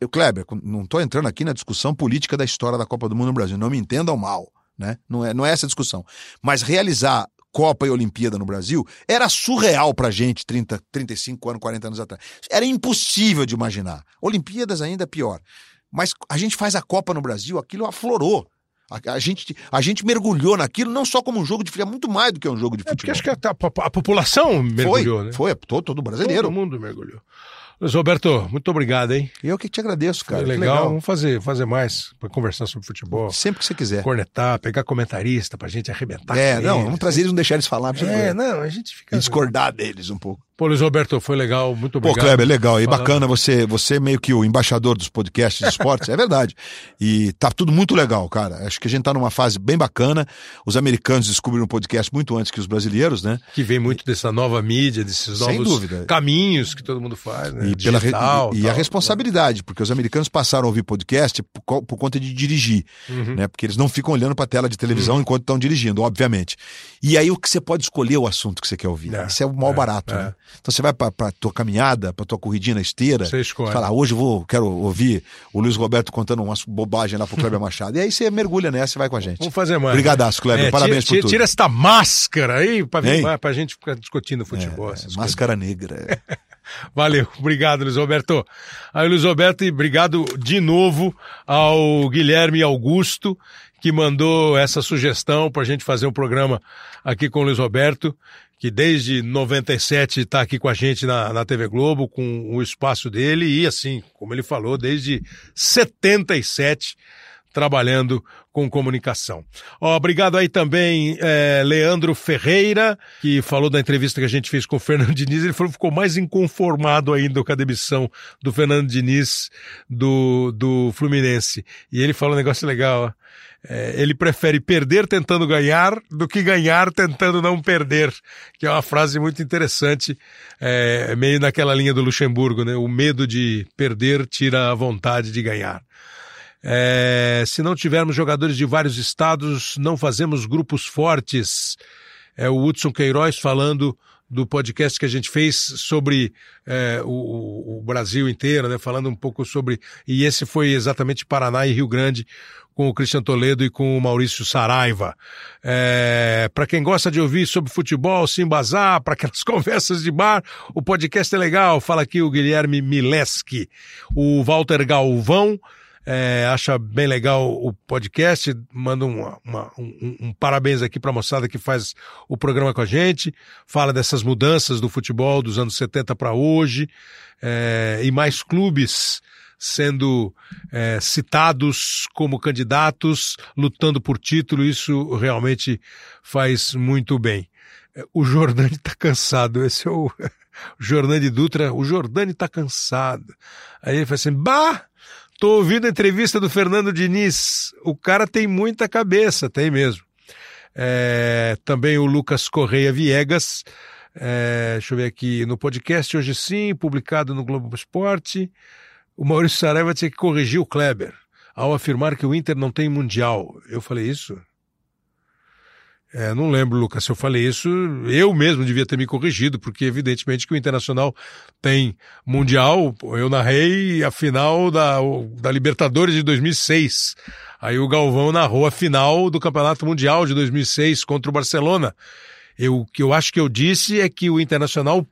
Eu, Kleber, não estou entrando aqui na discussão política da história da Copa do Mundo no Brasil. Não me entendam mal, né? Não é, não é essa a discussão. Mas realizar Copa e Olimpíada no Brasil era surreal pra gente 30, 35 anos, 40 anos atrás. Era impossível de imaginar. Olimpíadas ainda é pior. Mas a gente faz a Copa no Brasil, aquilo aflorou. A, a gente, a gente mergulhou naquilo não só como um jogo de futebol, é muito mais do que um jogo É de porque futebol. acho que a, a- a população mergulhou, foi, né? foi, todo, todo brasileiro. Todo mundo mergulhou. Luiz Roberto, muito obrigado, hein? Eu que te agradeço, cara. Foi que legal. Vamos fazer, fazer mais para conversar sobre futebol, Sempre que você quiser. cornetar, pegar comentarista pra Tá gente arrebentar. é, com não, eles. vamos trazer eles, não deixar eles falar. pra você É, ver. não, a gente E fica. discordar deles um pouco. Pô, Luiz Roberto, foi legal, muito Pô, obrigado. Kleber, legal. E Falando. bacana você, você é meio que o embaixador dos podcasts de esportes, é verdade. E tá tudo muito legal, cara. Acho que a gente tá numa fase bem bacana. Os americanos descobriram o podcast muito antes que os brasileiros, né? Que vem muito dessa nova mídia, desses Sem novos dúvida. caminhos que todo mundo faz, né? E, pela re- Digital, e- e a tal. é. responsabilidade, porque os americanos passaram a ouvir podcast por, co- por conta de dirigir, Uhum. né? Porque eles não ficam olhando para a tela de televisão enquanto estão dirigindo, obviamente. E aí o que você pode escolher o assunto que você quer ouvir. É, Isso é o mal é, barato, é. né? Então você vai para tua caminhada, para tua corridinha na esteira, Você escolhe. fala, "Ah, hoje eu vou, quero ouvir o Luiz Roberto contando umas bobagem lá pro Kleber Machado. E aí você mergulha nessa e vai com a gente. Vamos fazer mais. Brigadaço, Kleber. É, Parabéns tira, por tira, tudo. Tira esta máscara aí pra, vir, Hein? pra- pra gente ficar discutindo futebol. É, essas coisas. máscara negra. Valeu, obrigado, Luiz Roberto. Aí, Luiz Roberto, e obrigado de novo ao Guilherme Augusto, que mandou essa sugestão para a gente fazer um programa aqui com o Luiz Roberto, que desde 97 está tá aqui com a gente na, na TV Globo, com o espaço dele, e assim, como ele falou, desde 77 trabalhando com comunicação. Ó, obrigado aí também, eh, Leandro Ferreira, que falou da entrevista que a gente fez com o Fernando Diniz. Ele falou que ficou mais inconformado ainda com a demissão do Fernando Diniz do, do Fluminense. E ele falou um negócio legal, ó. Eh, ele prefere perder tentando ganhar do que ganhar tentando não perder, que é uma frase muito interessante, eh, meio naquela linha do Luxemburgo, né? O medo de perder tira a vontade de ganhar. É, se não tivermos jogadores de vários estados, não fazemos grupos fortes. É o Hudson Queiroz falando do podcast que a gente fez sobre é, o- o, o Brasil inteiro, né? Falando um pouco sobre. E esse foi exatamente Paraná e Rio Grande, com o Christian Toledo e com o Maurício Saraiva. É, para quem gosta de ouvir sobre futebol, se embasar, para aquelas conversas de bar, o podcast é legal. Fala aqui o Guilherme Mileski, o Walter Galvão. É, acha bem legal o podcast, manda uma- uma- um, um- um parabéns aqui para a moçada que faz o programa com a gente, fala dessas mudanças do futebol dos anos 70 para hoje, é, e mais clubes sendo é, citados como candidatos, lutando por título, isso realmente faz muito bem. É, O Jordani está cansado, esse é o Jordani Dutra, o Jordani está cansado. Aí ele fala assim, bah! Tô ouvindo a entrevista do Fernando Diniz. O cara tem muita cabeça, tem mesmo. É, também o Lucas Correia Viegas. É, deixa eu ver aqui no podcast hoje sim, publicado no Globo Esporte. O Maurício Saraiva tinha que corrigir o Kleber ao afirmar que o Inter não tem mundial. Eu falei isso? É, não lembro, Lucas, se eu falei isso. Eu mesmo devia ter me corrigido, porque evidentemente que o Internacional tem Mundial. Eu narrei a final da, da Libertadores de 2006. Aí o Galvão narrou a final do Campeonato Mundial de 2006 contra o Barcelona. Eu, o que eu acho que eu disse é que o Internacional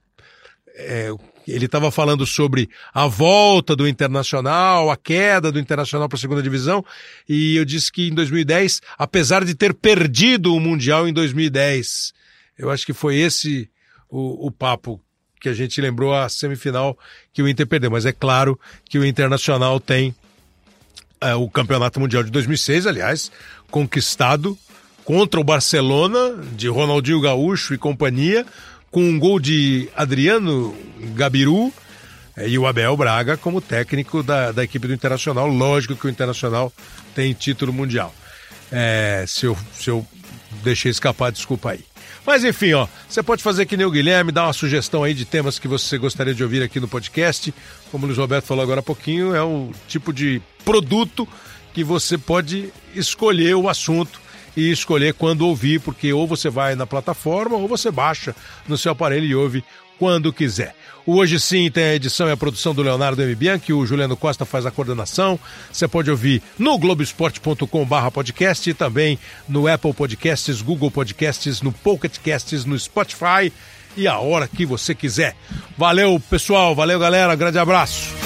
é, ele estava falando sobre a volta do Internacional, a queda do Internacional para a segunda divisão, e eu disse que em 2010, apesar de ter perdido o Mundial em 2010, eu acho que foi esse o, o papo que a gente lembrou a semifinal que o Inter perdeu. Mas é claro que o Internacional tem é, o Campeonato Mundial de 2006, aliás, conquistado contra o Barcelona de Ronaldinho Gaúcho e companhia, com um gol de Adriano Gabiru E o Abel Braga como técnico da, da equipe do Internacional. Lógico que o Internacional tem título mundial. É, se, eu, se eu deixei escapar, desculpa aí. Mas enfim, ó, você pode fazer que nem o Guilherme, dar uma sugestão aí de temas que você gostaria de ouvir aqui no podcast. Como o Luiz Roberto falou agora há pouquinho, é um tipo de produto que você pode escolher o assunto e escolher quando ouvir, porque ou você vai na plataforma ou você baixa no seu aparelho e ouve quando quiser. O Hoje Sim tem a edição e a produção do Leonardo M. Bianchi, o Juliano Costa faz a coordenação. Você pode ouvir no globoesporte.com.br podcast e também no Apple Podcasts, Google Podcasts, no Pocket Casts, no Spotify e a hora que você quiser. Valeu, pessoal. Valeu, galera. Grande abraço.